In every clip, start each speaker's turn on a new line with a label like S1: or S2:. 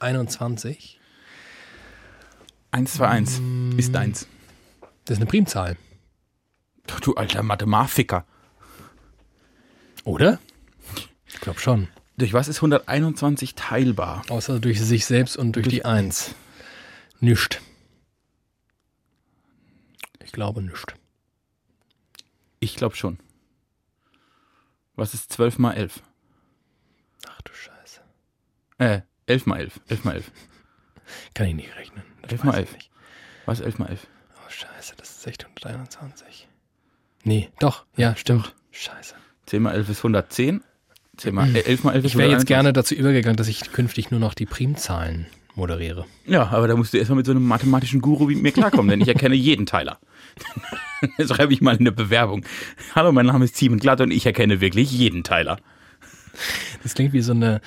S1: 121.
S2: 1, 2, 1 ist
S1: Mm.
S2: deins.
S1: Das ist eine Primzahl,
S2: Du alter Mathemafiker.
S1: oder? Ich glaube schon.
S2: Durch was ist 121 teilbar?
S1: Außer durch sich selbst und durch,
S2: Durch
S1: die Eins. Nischt. Ich glaube nischt.
S2: Ich glaube schon. Was ist 12 mal 11?
S1: Ach du Scheiße.
S2: Äh, 11 mal 11. 11 mal 11.
S1: Kann ich nicht rechnen. Das
S2: Elf mal
S1: weiß ich
S2: elf.
S1: nicht.
S2: Was ist 11 mal 11?
S1: Oh Scheiße, das ist echt 121. Nee, doch. Ja, stimmt. Scheiße.
S2: 10 mal 11 ist 110. 10 mal, äh, 11 mal 11 ist
S1: Ich wäre jetzt
S2: 121.
S1: gerne dazu übergegangen, dass ich künftig nur noch die Primzahlen moderiere.
S2: Ja, aber da musst du erstmal mit so einem mathematischen Guru wie mir klarkommen, denn ich erkenne jeden Teiler. Das schreibe ich mal in der Bewerbung. Hallo, mein Name ist Simon Glatt und ich erkenne wirklich jeden Teiler.
S1: Das klingt wie so, eine,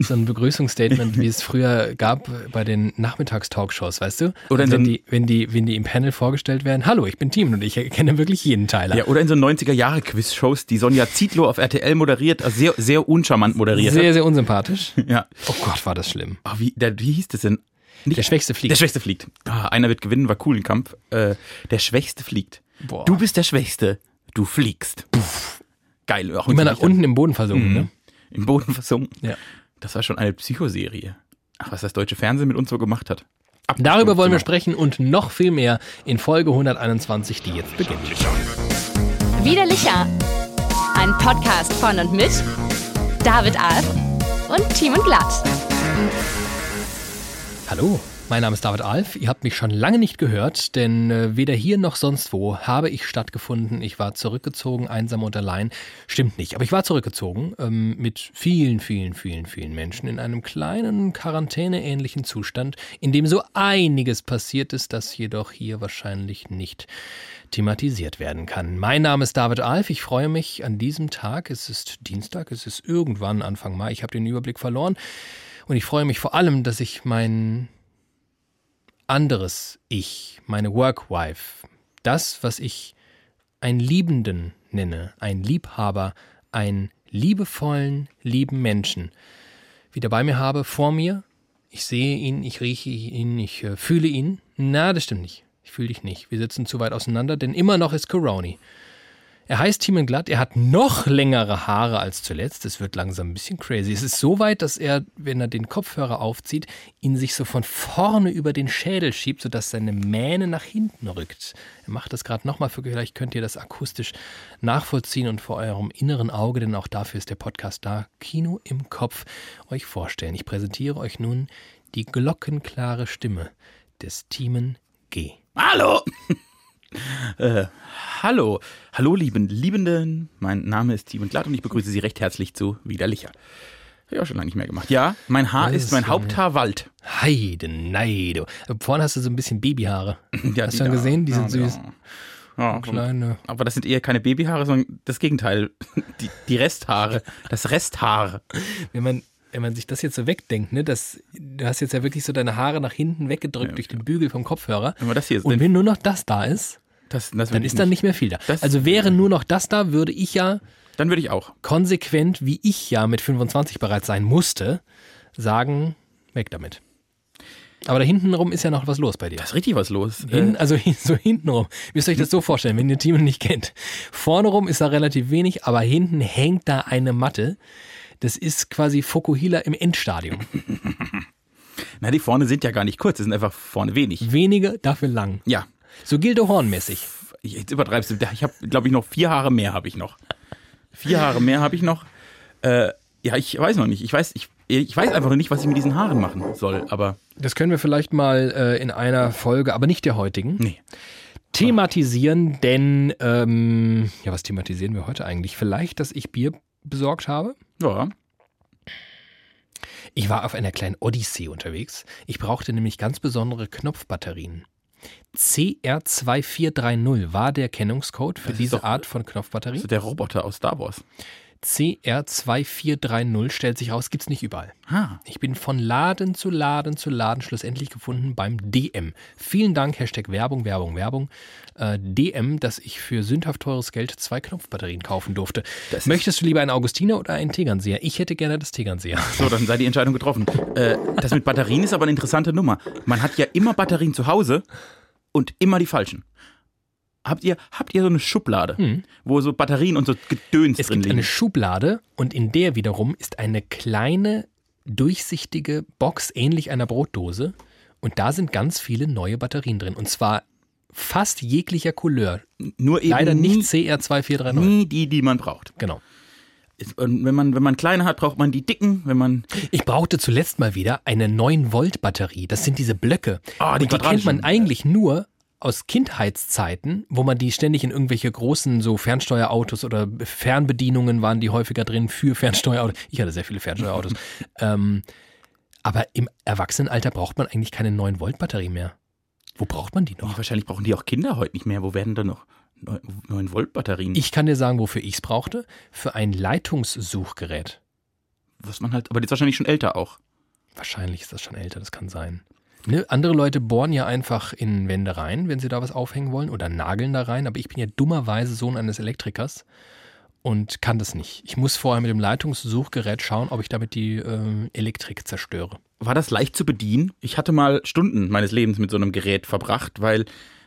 S1: so ein Begrüßungsstatement, wie es früher gab bei den Nachmittagstalkshows, weißt du? Also
S2: Oder in
S1: wenn,
S2: so
S1: die, wenn, die, wenn die im Panel vorgestellt werden, hallo, ich bin Team und ich erkenne wirklich jeden Teiler.
S2: Ja, oder in so 90er-Jahre-Quiz-Shows, die Sonja Zietlow auf RTL moderiert, also sehr, sehr uncharmant moderiert.
S1: sehr, sehr unsympathisch.
S2: hat. ja.
S1: Oh Gott, war das schlimm.
S2: Ach, wie, der, wie hieß das denn?
S1: Der Schwächste
S2: Der
S1: fliegt.
S2: Schwächste fliegt. Ah, einer wird gewinnen, war cool im Kampf. Äh, der Schwächste fliegt.
S1: Boah.
S2: Du bist der Schwächste, du fliegst. Puff. Geil. Auch
S1: Immer nach unten im Boden versunken,
S2: Mhm.
S1: ne?
S2: Im Boden versunken.
S1: Ja.
S2: Das war schon eine Psychoserie. Ach, was das deutsche Fernsehen mit uns so gemacht hat.
S1: Darüber
S2: Genau.
S1: wollen wir sprechen und noch viel mehr in Folge 121, die jetzt beginnt.
S3: Widerlicher. Ein Podcast von und mit David Alf und Team und Glatt.
S1: Hallo, mein Name ist David Alf. Ihr habt mich schon lange nicht gehört, denn äh, weder hier noch sonst wo habe ich stattgefunden. Ich war zurückgezogen, einsam und allein. Stimmt nicht, aber ich war zurückgezogen ähm, mit vielen, vielen, vielen, vielen Menschen in einem kleinen Quarantäne-ähnlichen Zustand, in dem so einiges passiert ist, das jedoch hier wahrscheinlich nicht thematisiert werden kann. Mein Name ist David Alf. Ich freue mich an diesem Tag. Es ist Dienstag, es ist irgendwann Anfang Mai. Ich habe den Überblick verloren. Und ich freue mich vor allem, dass ich mein anderes Ich, meine Workwife, das, was ich einen Liebenden nenne, einen Liebhaber, einen liebevollen, lieben Menschen, wieder bei mir habe, vor mir. Ich sehe ihn, ich rieche ihn, ich äh, fühle ihn. Na, das stimmt nicht. Ich fühle dich nicht. Wir sitzen zu weit auseinander, denn immer noch ist Coroni. Er heißt Timon Glatt, er hat noch längere Haare als zuletzt. Es wird langsam ein bisschen crazy. Es ist so weit, dass er, wenn er den Kopfhörer aufzieht, ihn sich so von vorne über den Schädel schiebt, sodass seine Mähne nach hinten rückt. Er macht das gerade nochmal für, vielleicht könnt ihr das akustisch nachvollziehen und vor eurem inneren Auge, denn auch dafür ist der Podcast da, Kino im Kopf, euch vorstellen. Ich präsentiere euch nun die glockenklare Stimme des Timon G.
S2: Hallo! äh, hallo. Hallo, lieben Liebenden. Mein Name ist Timon Glatt und ich begrüße Sie recht herzlich zu Widerlicher. Hab ich auch schon lange nicht mehr gemacht. Ja, mein Haar
S1: Das
S2: ist
S1: ist
S2: mein
S1: so-
S2: Haupthaar Wald.
S1: Heide, Neide. Vorne hast du so ein bisschen Babyhaare.
S2: Ja,
S1: Hast
S2: die
S1: du schon
S2: da.
S1: gesehen? Die
S2: Ja,
S1: sind süß.
S2: Ja. Ja,
S1: Kleine.
S2: aber das sind eher keine Babyhaare, sondern das Gegenteil. Die, die Resthaare. Das Resthaar.
S1: Wenn man, wenn man sich das jetzt so wegdenkt, ne, das, du hast jetzt ja wirklich so deine Haare nach hinten weggedrückt durch den Bügel vom Kopfhörer.
S2: Wenn man das hier ist,
S1: Und
S2: dann-
S1: wenn nur noch das da ist,
S2: Das, das
S1: dann ist dann nicht mehr viel da.
S2: Das-
S1: also wäre nur noch das da, würde ich ja
S2: Dann würde ich auch.
S1: konsequent, wie ich ja mit 25 bereits sein musste, sagen, weg damit. Aber da hintenrum ist ja noch was los bei dir.
S2: Da ist richtig was los.
S1: Hin,
S2: Äh,
S1: also hin, so hintenrum. Müsst ihr euch das so vorstellen, wenn ihr Team nicht kennt. Vorne rum ist da relativ wenig, aber hinten hängt da eine Matte. Das ist quasi Fokuhila im Endstadium.
S2: na, die vorne sind ja gar nicht kurz, die sind einfach vorne wenig.
S1: Wenige, dafür lang.
S2: Ja.
S1: So Gildo Horn-mäßig.
S2: Ich- Jetzt übertreibst du. Ich habe, glaube ich, noch vier Haare mehr habe ich noch. Vier Haare mehr habe ich noch. Äh, ja, ich weiß noch nicht. Ich weiß, ich, ich weiß einfach noch nicht, was ich mit diesen Haaren machen soll. Aber
S1: Das können wir vielleicht mal äh, in einer Folge, aber nicht der heutigen,
S2: nee.
S1: thematisieren, denn, ähm, ja, was thematisieren wir heute eigentlich? Vielleicht, dass ich Bier besorgt habe?
S2: Ja.
S1: Ich war auf einer kleinen Odyssee unterwegs. Ich brauchte nämlich ganz besondere Knopfbatterien. CR2430 war der Kennungscode für
S2: ist
S1: diese
S2: doch-
S1: Art von
S2: So
S1: Knopfbatterie.
S2: der Roboter aus Star Wars.
S1: CR2430 stellt sich raus, gibt's nicht überall.
S2: Ah,
S1: Ich bin von Laden zu Laden zu Laden schlussendlich gefunden beim DM. Vielen Dank, Hashtag Werbung, Werbung, Werbung. Äh, DM, dass ich für sündhaft teures Geld zwei Knopfbatterien kaufen durfte.
S2: Das ist-
S1: Möchtest du lieber einen Augustiner oder einen Tegernseher? Ich hätte gerne das Tegernseher.
S2: so, dann sei die Entscheidung getroffen. Äh, das mit Batterien ist aber eine interessante Nummer. Man hat ja immer Batterien zu Hause und immer die falschen. Habt ihr, habt ihr so eine Schublade, wo so Batterien und so Gedöns
S1: Hm. Es
S2: drin
S1: gibt eine
S2: liegen?
S1: Schublade und in der wiederum ist eine kleine, durchsichtige Box, ähnlich einer Brotdose. Und da sind ganz viele neue Batterien drin. Und zwar fast jeglicher Couleur.
S2: Nur eben
S1: Leider
S2: nie,
S1: nicht CR2439.
S2: nie die, die man braucht.
S1: Genau.
S2: Ist- Und wenn man, wenn man kleine hat, braucht man die dicken. Wenn man
S1: Ich brauchte zuletzt mal wieder eine 9-Volt-Batterie. Das sind diese Blöcke.
S2: Ah, die
S1: und die kennt
S2: quadratischen.
S1: man eigentlich nur aus Kindheitszeiten, wo man die ständig in irgendwelche großen so Fernsteuerautos oder Fernbedienungen waren die häufiger drin für Fernsteuerautos. Ich hatte sehr viele Fernsteuerautos. ähm, aber im Erwachsenenalter braucht man eigentlich keine 9-Volt-Batterie mehr. Wo braucht man die noch?
S2: Ja, wahrscheinlich brauchen die auch Kinder heute nicht mehr. Wo werden da noch 9 Volt Batterien?
S1: Ich kann dir sagen, wofür ich es brauchte. Für ein Leitungssuchgerät.
S2: was man halt, aber die ist wahrscheinlich schon älter auch.
S1: Wahrscheinlich ist das schon älter, das kann sein. Ne? Andere Leute bohren ja einfach in Wände rein, wenn sie da was aufhängen wollen oder nageln da rein, aber ich bin ja dummerweise Sohn eines Elektrikers und kann das nicht. Ich muss vorher mit dem Leitungssuchgerät schauen, ob ich damit die ähm, Elektrik zerstöre.
S2: War das leicht zu bedienen? Ich hatte mal Stunden meines Lebens mit so einem Gerät verbracht, weil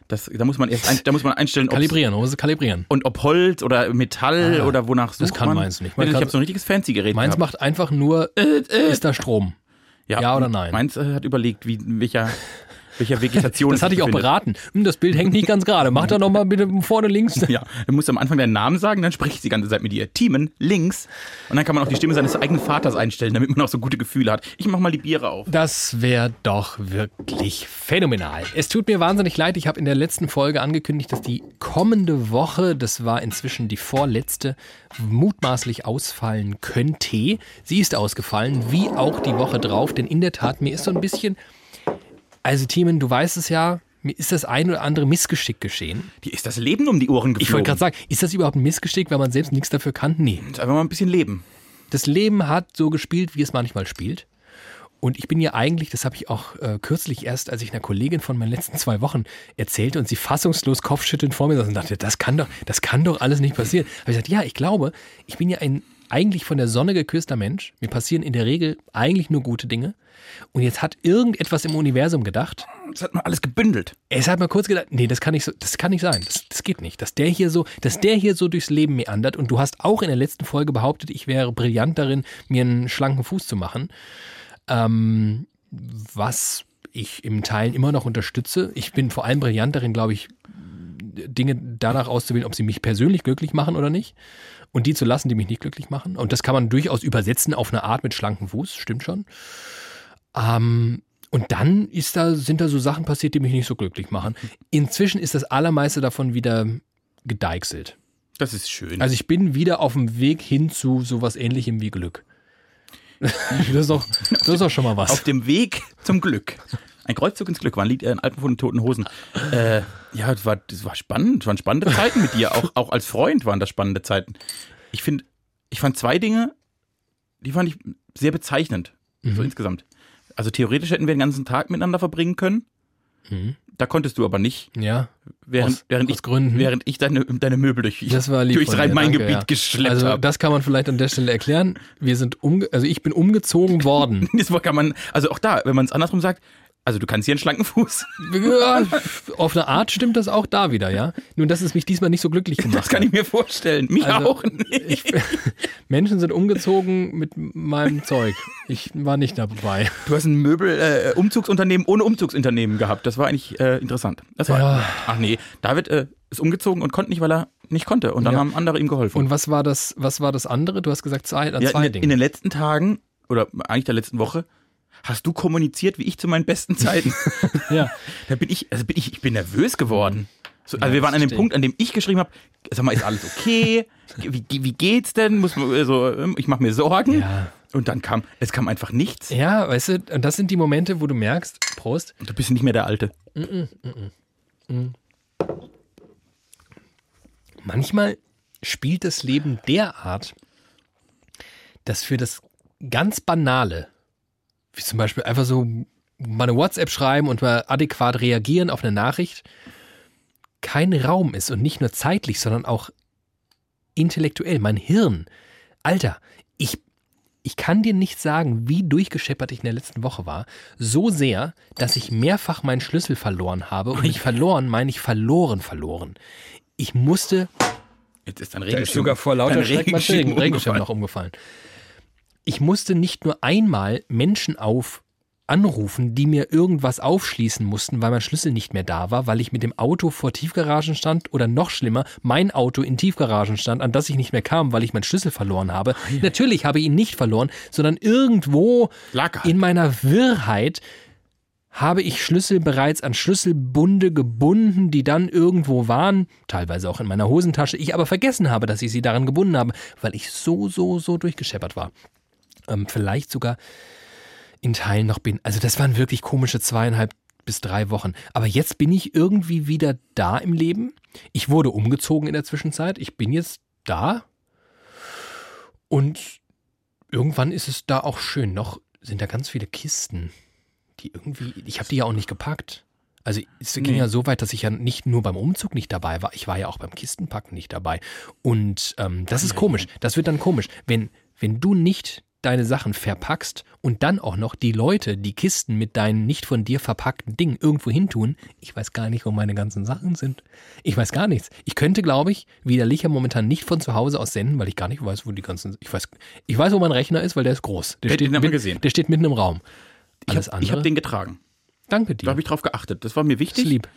S2: das, da muss man erst ein, da muss man einstellen, ob's-
S1: Kalibrieren, Hose, kalibrieren.
S2: und ob Holz oder Metall
S1: Ah,
S2: oder wonach sucht
S1: das kann
S2: man.
S1: meins nicht. Man
S2: Man ich
S1: kann-
S2: habe so ein richtiges fancy Gerät
S1: Meins
S2: gehabt.
S1: macht einfach nur, äh, ist da Strom? ja oder nein?
S2: Meins äh, hat überlegt, wie welcher welcher Vegetation.
S1: Das
S2: es
S1: hatte ich auch
S2: befindet.
S1: beraten. Hm, das Bild hängt nicht ganz gerade. Mach da nochmal bitte vorne links.
S2: Ja, du musst am Anfang deinen Namen sagen, dann spreche ich die ganze Zeit mit dir. Thiemen, links. Und dann kann man auch die Stimme seines eigenen Vaters einstellen, damit man auch so gute Gefühle hat. Ich mach mal die Biere auf.
S1: Das wäre doch wirklich phänomenal. Es tut mir wahnsinnig leid, ich habe in der letzten Folge angekündigt, dass die kommende Woche, das war inzwischen die vorletzte, mutmaßlich ausfallen könnte. Sie ist ausgefallen, wie auch die Woche drauf, denn in der Tat, mir ist so ein bisschen, also Timon, du weißt es ja, mir ist das ein oder andere Missgeschick geschehen.
S2: Dir ist das Leben um die Ohren geflogen.
S1: Ich wollte gerade sagen, ist das überhaupt ein Missgeschick, wenn man selbst nichts dafür kann? Nee.
S2: Jetzt Einfach mal ein bisschen Leben.
S1: das Leben hat so gespielt, wie es manchmal spielt. Und ich bin ja eigentlich, das habe ich auch äh, kürzlich erst, als ich einer Kollegin von meinen letzten zwei Wochen erzählte und sie fassungslos kopfschüttelnd vor mir saß und dachte, das kann doch, das kann doch alles nicht passieren. Habe ich gesagt, ja, ich glaube, ich bin ja ein eigentlich von der Sonne geküsster Mensch. Mir passieren in der Regel eigentlich nur gute Dinge. Und jetzt hat irgendetwas im Universum gedacht,
S2: Das hat man alles gebündelt.
S1: es hat mal kurz gedacht, nee, das kann nicht so, das kann nicht sein. Das, das geht nicht. Dass der hier so, dass der hier so durchs Leben meandert und du hast auch in der letzten Folge behauptet, ich wäre brillant darin, mir einen schlanken Fuß zu machen. Ähm, was ich im Teilen immer noch unterstütze. Ich bin vor allem brillant darin, glaube ich, Dinge danach auszuwählen, ob sie mich persönlich glücklich machen oder nicht. Und die zu lassen, die mich nicht glücklich machen. Und das kann man durchaus übersetzen auf eine Art mit schlanken Fuß, stimmt schon. Ähm, und dann ist da, sind da so Sachen passiert, die mich nicht so glücklich machen. Inzwischen ist das allermeiste davon wieder gedeichselt.
S2: Das ist schön.
S1: Also ich bin wieder auf dem Weg hin zu sowas ähnlichem wie Glück. Das ist doch, das ist doch schon mal
S2: auf
S1: was.
S2: dem Weg zum Glück. Ein Kreuzzug ins Glück war ein Lied, äh, ein Album von den Toten Hosen. Äh, ja, das war, das war spannend. Das waren spannende Zeiten mit dir. Auch, auch als Freund waren das spannende Zeiten. Ich finde, ich fand zwei Dinge, die fand ich sehr bezeichnend.
S1: Mhm.
S2: So insgesamt. Also theoretisch hätten wir den ganzen Tag miteinander verbringen können. Da konntest du aber nicht,
S1: Ja,
S2: während,
S1: Mhm. Aus-
S2: während,
S1: aus
S2: ich,
S1: Gründen.
S2: während ich deine, deine Möbel durch,
S1: das war lieb
S2: durchs
S1: von dir,
S2: Rhein-Main-Gebiet
S1: danke, ja.
S2: geschleppt
S1: Also
S2: habe.
S1: das kann man vielleicht an der Stelle erklären. Wir sind umge also ich bin umgezogen worden.
S2: Das kann man, also auch da, wenn man es andersrum sagt, also du kannst hier einen schlanken Fuß.
S1: Ja, auf eine Art stimmt das auch da wieder, ja. Nur dass es mich diesmal nicht so glücklich gemacht
S2: Das kann
S1: hat.
S2: ich mir vorstellen. Mich
S1: Also,
S2: auch nicht.
S1: Menschen sind umgezogen mit meinem Zeug. Ich war nicht dabei.
S2: Du hast ein Möbel-Umzugsunternehmen ohne Umzugsunternehmen gehabt. Das war eigentlich äh, interessant. Das war,
S1: Ja.
S2: Ach nee, David äh, ist umgezogen und konnte nicht, weil er nicht konnte. Und dann
S1: Ja.
S2: haben andere ihm geholfen.
S1: Und was war das, was war das andere? Du hast gesagt, zwei, an
S2: ja,
S1: zwei
S2: in,
S1: Dinge.
S2: in den letzten Tagen, oder eigentlich der letzten Woche, hast du kommuniziert, wie ich zu meinen besten Zeiten.
S1: ja.
S2: da bin ich, also bin ich, ich bin nervös geworden. So, also wir waren an dem
S1: verstehe.
S2: Punkt, an dem ich geschrieben habe, sag mal, ist alles okay? wie, wie geht's denn? Muss man, also, ähm, ich mache mir Sorgen.
S1: Ja.
S2: Und dann kam, es kam einfach nichts.
S1: ja, weißt du, und das sind die Momente, wo du merkst, Prost,
S2: Du bist nicht mehr der Alte.
S1: manchmal spielt das Leben derart dass für das ganz Banale, wie zum Beispiel einfach so mal eine WhatsApp schreiben und mal adäquat reagieren auf eine Nachricht, kein Raum ist und nicht nur zeitlich, sondern auch intellektuell. Mein Hirn, Alter, ich, ich kann dir nicht sagen, wie durchgescheppert ich in der letzten Woche war. So sehr, dass ich mehrfach meinen Schlüssel verloren habe. Und ich verloren meine ich verloren, verloren. Ich musste
S2: Jetzt ist dein
S1: da
S2: Regenschirm.
S1: ist sogar vor lauter
S2: dein
S1: Schreck mein Regen-
S2: Regenschirm
S1: Regenschirm
S2: umgefallen.
S1: noch umgefallen. Ich musste nicht nur einmal Menschen auf anrufen, die mir irgendwas aufschließen mussten, weil mein Schlüssel nicht mehr da war, weil ich mit dem Auto vor Tiefgaragen stand oder noch schlimmer, mein Auto in Tiefgaragen stand, an das ich nicht mehr kam, weil ich meinen Schlüssel verloren habe. Natürlich habe ich ihn nicht verloren, sondern irgendwo
S2: Lag er halt.
S1: in meiner Wirrheit habe ich Schlüssel bereits an Schlüsselbunde gebunden, die dann irgendwo waren, teilweise auch in meiner Hosentasche, ich aber vergessen habe, dass ich sie daran gebunden habe, weil ich so, so, so durchgescheppert war. Ähm, vielleicht sogar in Teilen noch bin. Also das waren wirklich komische zweieinhalb bis drei Wochen. Aber jetzt bin ich irgendwie wieder da im Leben. Ich wurde umgezogen in der Zwischenzeit. Ich bin jetzt da. Und irgendwann ist es da auch schön. Noch sind da ganz viele Kisten, die irgendwie, ich habe die ja auch nicht gepackt. Also es ging
S2: Nee.
S1: ja so weit, dass ich ja nicht nur beim Umzug nicht dabei war, ich war ja auch beim Kistenpacken nicht dabei. Und ähm, das ist komisch. Das wird dann komisch, wenn wenn du nicht deine Sachen verpackst und dann auch noch die Leute, die Kisten mit deinen nicht von dir verpackten Dingen irgendwo hintun. Ich weiß gar nicht, wo meine ganzen Sachen sind. Ich weiß gar nichts. Ich könnte, glaube ich, widerlicher momentan nicht von zu Hause aus senden, weil ich gar nicht weiß, wo die ganzen. Ich weiß, ich weiß, wo mein Rechner ist, weil der ist groß. Der,
S2: Der hat
S1: steht,
S2: den aber
S1: mit-
S2: gesehen.
S1: der steht mitten im Raum.
S2: Ich
S1: Alles
S2: habe hab
S1: andere.
S2: den getragen.
S1: Danke
S2: Da
S1: dir.
S2: habe ich drauf geachtet. Das war mir
S1: Das ist
S2: wichtig.
S1: lieb. Hm.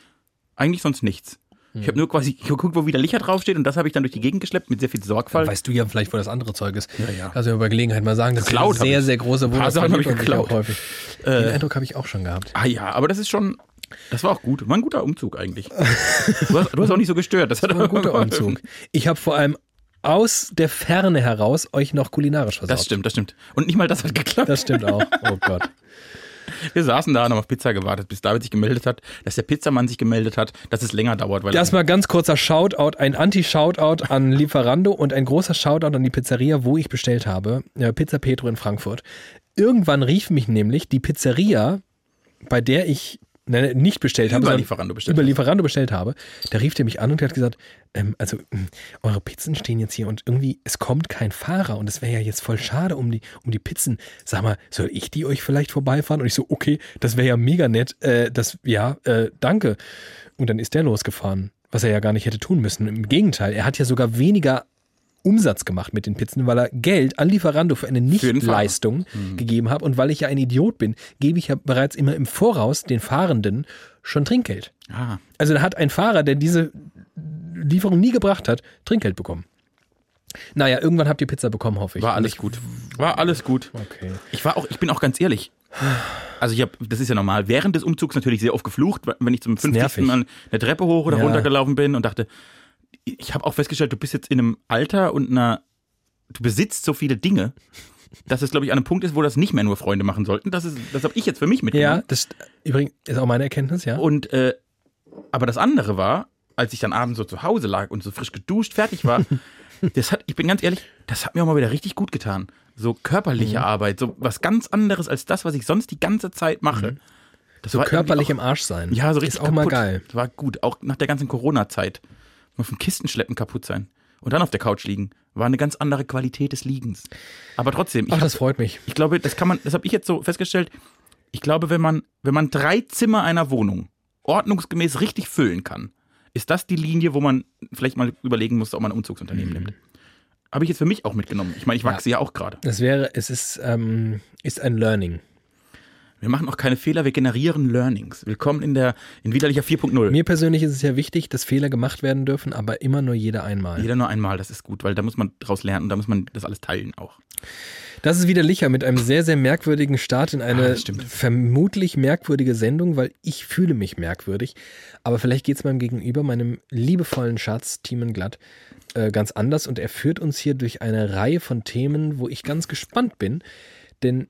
S2: Eigentlich sonst nichts. Ich habe nur quasi geguckt, wo wieder Licher draufsteht und das habe ich dann durch die Gegend geschleppt mit sehr viel Sorgfalt.
S1: Weißt du ja vielleicht, wo das andere Zeug ist.
S2: Ja, ja.
S1: Also bei Gelegenheit mal sagen, das ist eine
S2: Geklaut hab
S1: sehr,
S2: ich.
S1: sehr große
S2: Ein paar Sachen hab ich
S1: von sich auch
S2: geklaut.
S1: häufig. Den Eindruck habe ich auch schon gehabt.
S2: Ah ja, aber das ist schon, das war auch gut. War ein guter Umzug eigentlich. Du hast, du hast auch nicht so gestört. Das, hat
S1: War ein guter Umzug. Ich habe vor allem aus der Ferne heraus euch noch kulinarisch versorgt.
S2: Das stimmt, das stimmt. Und nicht mal das hat geklappt.
S1: Das stimmt auch. Oh Gott.
S2: Wir saßen da und haben auf Pizza gewartet, bis David sich gemeldet hat, dass der Pizzamann sich gemeldet hat, dass es länger dauert. Weil
S1: Erstmal ganz kurzer Shoutout, ein Anti-Shoutout an Lieferando und ein großer Shoutout an die Pizzeria, wo ich bestellt habe. Ja, Pizza Petro in Frankfurt. Irgendwann rief mich nämlich die Pizzeria, bei der ich nein, nicht bestellt habe,
S2: Über
S1: sondern
S2: Lieferando bestellt
S1: über
S2: hast.
S1: Lieferando bestellt habe, da rief der mich an und hat gesagt, ähm, also mh, eure Pizzen stehen jetzt hier und irgendwie es kommt kein Fahrer und es wäre ja jetzt voll schade um die um die Pizzen. Sag mal, soll ich die euch vielleicht vorbeifahren? Und ich so, okay, das wäre ja mega nett. Äh, das ja, äh, danke. Und dann ist der losgefahren, was er ja gar nicht hätte tun müssen. Im Gegenteil, er hat ja sogar weniger Umsatz gemacht mit den Pizzen, weil er Geld an Lieferando für eine
S2: Fahrer. Mhm.
S1: Nichtleistung gegeben hat. Und weil ich ja ein Idiot bin, gebe ich ja bereits immer im Voraus den Fahrenden schon Trinkgeld.
S2: ah,
S1: Also da hat ein Fahrer, der diese Lieferung nie gebracht hat, Trinkgeld bekommen. Naja, irgendwann habt ihr Pizza bekommen, hoffe ich.
S2: war alles gut. War alles gut.
S1: Okay.
S2: Ich war auch, ich bin auch ganz ehrlich. Also ich habe, das ist ja normal, während des Umzugs natürlich sehr oft geflucht, wenn ich zum 50.
S1: nervig.
S2: Mal eine Treppe hoch oder
S1: Ja.
S2: runter gelaufen bin und dachte, ich habe auch festgestellt, du bist jetzt in einem Alter und einer, du besitzt so viele Dinge, dass es glaube ich an einem Punkt ist, wo das nicht mehr nur Freunde machen sollten. Das ist, das habe ich jetzt für mich mitgenommen.
S1: Ja, das übrigens ist auch meine Erkenntnis, ja.
S2: Und äh, aber das andere war, als ich dann abends so zu Hause lag und so frisch geduscht fertig war, das hat, ich bin ganz ehrlich, das hat mir auch mal wieder richtig gut getan. So körperliche
S1: Mhm.
S2: Arbeit, so was ganz anderes als das, was ich sonst die ganze Zeit mache.
S1: Mhm.
S2: Das
S1: so
S2: war
S1: körperlich
S2: irgendwie
S1: im Arsch sein.
S2: auch, ja, so richtig
S1: Ist auch mal
S2: kaputt.
S1: geil.
S2: War gut, auch nach der ganzen Corona-Zeit. Mal vom Kisten schleppen kaputt sein und dann auf der Couch liegen, war eine ganz andere Qualität des Liegens. Aber trotzdem, ich
S1: Ach, das freut mich.
S2: ich glaube, das kann man, das habe ich jetzt so festgestellt. Ich glaube, wenn man, wenn man drei Zimmer einer Wohnung ordnungsgemäß richtig füllen kann, ist das die Linie, wo man vielleicht mal überlegen muss, ob man ein Umzugsunternehmen
S1: Mhm.
S2: nimmt. Habe ich jetzt für mich auch mitgenommen. Ich meine, ich wachse ja, auch gerade.
S1: Das wäre, es ist, ähm, ist ein Learning.
S2: Wir machen auch keine Fehler, wir generieren Learnings. Willkommen in der in widerlicher 4.0.
S1: Mir persönlich ist es ja wichtig, dass Fehler gemacht werden dürfen, aber immer nur jeder einmal.
S2: Jeder nur einmal, das ist gut, weil da muss man draus lernen und da muss man das alles teilen auch.
S1: Das ist wieder Licher mit einem sehr, sehr merkwürdigen Start in
S2: Ah,
S1: eine
S2: das stimmt.
S1: vermutlich merkwürdige Sendung, weil ich fühle mich merkwürdig. Aber vielleicht geht es meinem Gegenüber, meinem liebevollen Schatz, Thiemen Glatt, äh, ganz anders. Und er führt uns hier durch eine Reihe von Themen, wo ich ganz gespannt bin. Denn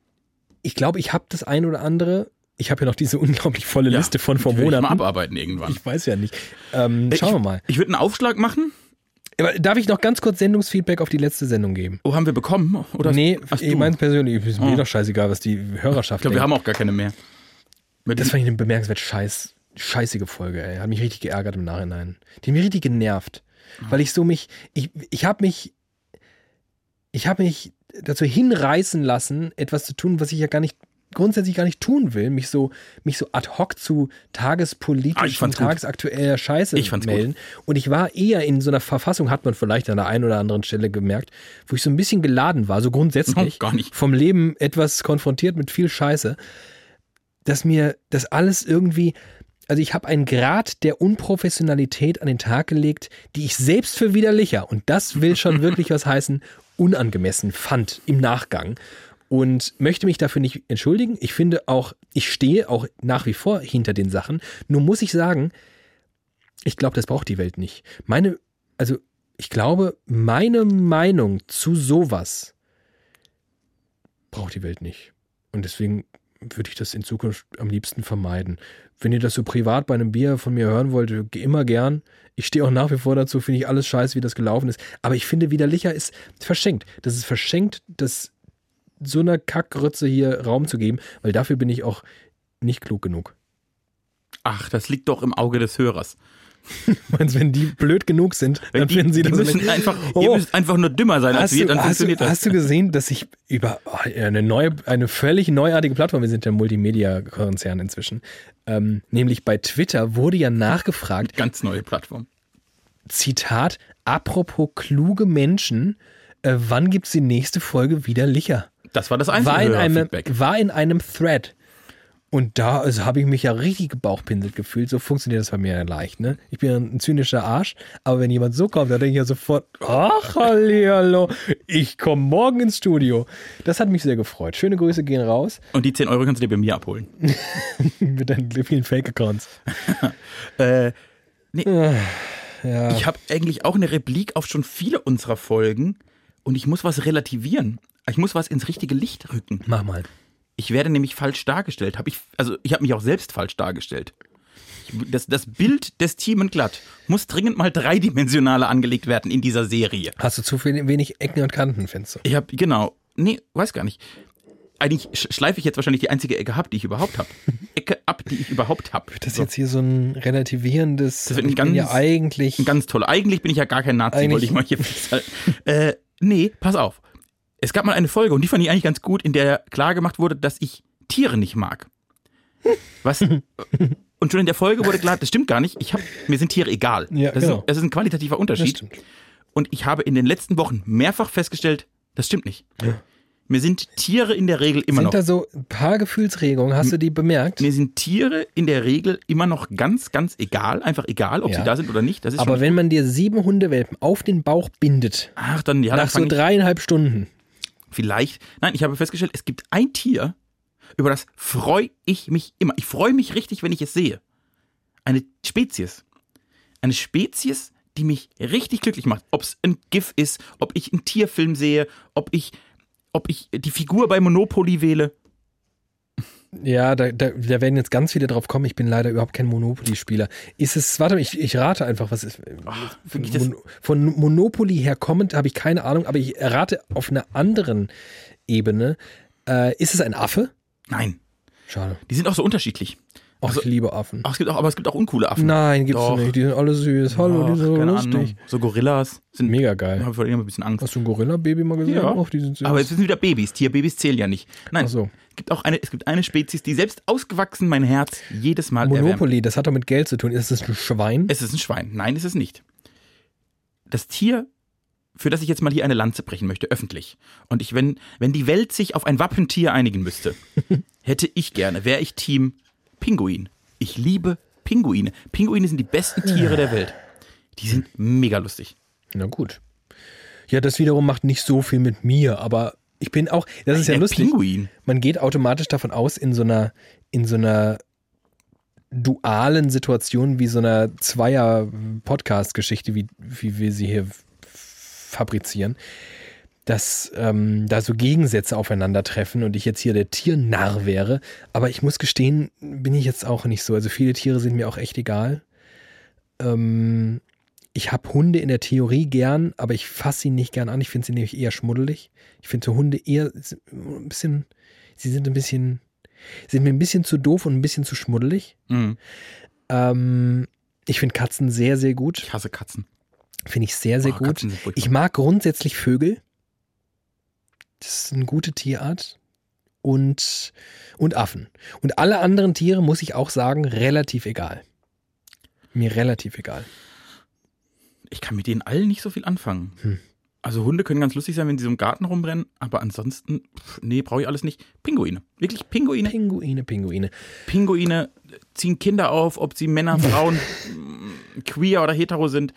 S1: ich glaube, ich habe das ein oder andere. Ich habe ja noch diese unglaublich volle Liste von vor
S2: die will ich mal Äh,
S1: Monaten.
S2: abarbeiten irgendwann.
S1: Ich weiß ja nicht. Ähm, schauen wir mal.
S2: Ich, ich würde einen Aufschlag machen
S1: Aber darf ich noch ganz kurz Sendungsfeedback auf die letzte Sendung geben?
S2: Oh, haben wir bekommen? Oder
S1: nee,
S2: hast
S1: ich
S2: du?
S1: meine persönlich, ist mir
S2: Oh.
S1: doch scheißegal, was die
S2: ich
S1: Hörerschaft
S2: glaube, wir
S1: denkt.
S2: haben auch gar keine mehr. Mit
S1: Das fand ich eine bemerkenswert scheiß, scheißige Folge, ey. Hat mich richtig geärgert im Nachhinein. Die hat mich richtig genervt. Weil ich so mich, ich, ich habe mich, ich habe mich dazu hinreißen lassen, etwas zu tun, was ich ja gar nicht, grundsätzlich gar nicht tun will, mich so, mich so ad hoc zu
S2: Ah, ich
S1: tagespolitisch und
S2: fand's gut.
S1: tagsaktueller Scheiße
S2: Ich fand's gut.
S1: melden. Und ich war eher in so einer Verfassung, hat man vielleicht an der einen oder anderen Stelle gemerkt, wo ich so ein bisschen geladen war, so grundsätzlich
S2: gar nicht.
S1: vom Leben etwas konfrontiert mit viel Scheiße, dass mir das alles irgendwie, also ich habe einen Grad der Unprofessionalität an den Tag gelegt, die ich selbst für widerlicher, und das will schon wirklich was heißen, unangemessen fand im Nachgang. Und möchte mich dafür nicht entschuldigen. Ich finde auch, ich stehe auch nach wie vor hinter den Sachen. Nur muss ich sagen, ich glaube, das braucht die Welt nicht. Meine, also ich glaube, meine Meinung zu sowas braucht die Welt nicht. Und deswegen würde ich das in Zukunft am liebsten vermeiden. Wenn ihr das so privat bei einem Bier von mir hören wollt, ge- immer gern. Ich stehe auch nach wie vor dazu, finde ich alles scheiße, wie das gelaufen ist. Aber ich finde, widerlicher ist verschenkt. Das ist verschenkt, das so einer Kackgrütze hier Raum zu geben, weil dafür bin ich auch nicht klug genug.
S2: Ach, das liegt doch im Auge des Hörers.
S1: Meinst du, wenn die blöd genug sind, dann
S2: die,
S1: finden sie
S2: die
S1: das
S2: müssen
S1: nicht.
S2: einfach, Ihr
S1: Oh.
S2: müsst einfach nur dümmer sein als
S1: Hast
S2: wir,
S1: du,
S2: dann
S1: hast, du,
S2: funktioniert das.
S1: hast du gesehen, dass ich über oh, eine neue, eine völlig neuartige Plattform, wir sind ja Multimedia-Konzern inzwischen, ähm, nämlich bei Twitter wurde ja nachgefragt,
S2: Ganz neue Plattform.
S1: Zitat, apropos kluge Menschen, äh, wann gibt's die nächste Folge wieder Licher?
S2: Das war das
S1: War in,
S2: einzige
S1: einem,
S2: Feedback.
S1: war in einem Thread. Und da also, habe ich mich ja richtig gebauchpinselt gefühlt. So funktioniert das bei mir ja leicht. Ne? Ich bin ja ein zynischer Arsch, aber wenn jemand so kommt, dann denke ich ja sofort, ach, hallo, ich komme morgen ins Studio. Das hat mich sehr gefreut. Schöne Grüße gehen raus
S2: Und die 10 Euro kannst du dir bei mir abholen.
S1: mit deinen vielen Fake-Accounts.
S2: Äh, nee.
S1: ja.
S2: Ich habe eigentlich auch eine Replik auf schon viele unserer Folgen und ich muss was relativieren. Ich muss was ins richtige Licht rücken.
S1: Mach mal.
S2: Ich werde nämlich falsch dargestellt. Hab ich, also ich habe mich auch selbst falsch dargestellt. Ich, das, das Bild des Team glatt muss dringend mal dreidimensionaler angelegt werden in dieser Serie.
S1: Hast du zu viel, wenig Ecken und Kanten, findest du?
S2: Ich habe, genau. Nee, weiß gar nicht. Eigentlich sch- schleife ich jetzt wahrscheinlich die einzige Ecke ab, die ich überhaupt habe. Ecke ab, die ich überhaupt habe.
S1: Das ist jetzt hier so ein relativierendes.
S2: Das wird ein
S1: ich bin ja
S2: ganz-
S1: eigentlich.
S2: Ganz toll. Eigentlich bin ich ja gar kein Nazi,
S1: Eigentlich-
S2: wollte ich mal hier festhalten. äh, nee, pass auf. Es gab mal eine Folge und die fand ich eigentlich ganz gut, in der klar gemacht wurde, dass ich Tiere nicht mag. Was? Und schon in der Folge wurde klar, das stimmt gar nicht. Ich hab, mir sind Tiere egal.
S1: Ja,
S2: das,
S1: genau.
S2: ist, das ist ein qualitativer Unterschied.
S1: stimmt.
S2: Und ich habe in den letzten Wochen mehrfach festgestellt, das stimmt nicht. Mir sind Tiere in der Regel immer
S1: Sind
S2: noch.
S1: da so ein paar Gefühlsregungen? Hast du die bemerkt?
S2: Mir sind Tiere in der Regel immer noch ganz, ganz egal. Einfach egal, ob
S1: Ja.
S2: sie da sind oder nicht. Das ist
S1: Aber
S2: schon,
S1: wenn man dir sieben Hundewelpen auf den Bauch bindet,
S2: ach, dann, ja, dann
S1: nach so
S2: fang ich-
S1: dreieinhalb Stunden,
S2: Vielleicht. Nein, ich habe festgestellt, es gibt ein Tier, über das freue ich mich immer. Ich freue mich richtig, wenn ich es sehe. Eine Spezies. Eine Spezies, die mich richtig glücklich macht. Ob es ein GIF ist, ob ich einen Tierfilm sehe, ob ich, ob ich die Figur bei Monopoly wähle.
S1: ja, da, da, da werden jetzt ganz viele drauf kommen. Ich bin leider überhaupt kein Monopoly-Spieler. Ist es, warte mal, ich, ich rate einfach, was ist. Von,
S2: wirklich das-
S1: Mon von Monopoly her kommend habe ich keine Ahnung, aber ich rate auf einer anderen Ebene. Äh, ist es ein Affe?
S2: Nein,
S1: Schade.
S2: die sind auch so unterschiedlich.
S1: Och,
S2: Also-
S1: ich liebe Affen.
S2: Ach, es gibt auch, aber es gibt auch uncoole Affen.
S1: Nein, gibt's
S2: Doch.
S1: nicht. Die sind alle süß. Hallo, die
S2: Ach,
S1: sind so
S2: keine
S1: lustig.
S2: Ahnung. So Gorillas sind.
S1: Mega geil.
S2: Da habe ich vor immer ein bisschen Angst.
S1: Hast du ein Gorilla-Baby mal gesehen?
S2: Ja.
S1: Och, die sind süß.
S2: Aber jetzt sind wieder Babys. Tierbabys zählen ja nicht. Nein,
S1: Ach so.
S2: es gibt auch eine, es gibt eine Spezies, die selbst ausgewachsen mein Herz jedes Mal erwärmt.
S1: Monopoly, das hat doch mit Geld zu tun. Ist das ein Schwein?
S2: Es ist ein Schwein. Nein, es ist nicht. Das Tier, für das ich jetzt mal hier eine Lanze brechen möchte, öffentlich. Und ich, wenn, wenn die Welt sich auf ein Wappentier einigen müsste, hätte ich gerne, wäre ich Team Pinguin. Ich liebe Pinguine. Pinguine sind die besten Tiere der Welt. Die sind mega lustig.
S1: Na gut. Ja, das wiederum macht nicht so viel mit mir, aber ich bin auch, das ist ja
S2: Der
S1: lustig.
S2: Pinguin.
S1: Man geht automatisch davon aus, in so einer, in so einer dualen Situation wie so einer Zweier-Podcast-Geschichte, wie, wie wir sie hier f- fabrizieren, dass ähm, da so Gegensätze aufeinandertreffen und ich jetzt hier der Tiernarr wäre. Aber ich muss gestehen, bin ich jetzt auch nicht so. Also viele Tiere sind mir auch echt egal. Ähm, ich habe Hunde in der Theorie gern, aber ich fasse sie nicht gern an. Ich finde sie nämlich eher schmuddelig. Ich finde so Hunde eher s- ein bisschen, sie sind ein bisschen, sind mir ein bisschen zu doof und ein bisschen zu schmuddelig.
S2: Mhm.
S1: Ähm, ich finde Katzen sehr, sehr gut.
S2: Ich hasse Katzen.
S1: Finde ich sehr, sehr
S2: Oh,
S1: gut.
S2: Katzen sind furchtbar.
S1: Ich mag grundsätzlich Vögel. Das ist eine gute Tierart. Und, und Affen. Und alle anderen Tiere, muss ich auch sagen, relativ egal. Mir relativ egal.
S2: ich kann mit denen allen nicht so viel anfangen.
S1: Hm.
S2: Also Hunde können ganz lustig sein, wenn sie so im Garten rumrennen, aber ansonsten, pf, nee, brauche ich alles nicht. Pinguine. Wirklich Pinguine.
S1: Pinguine, Pinguine.
S2: Pinguine ziehen Kinder auf, ob sie Männer, Frauen, mm, queer oder hetero sind.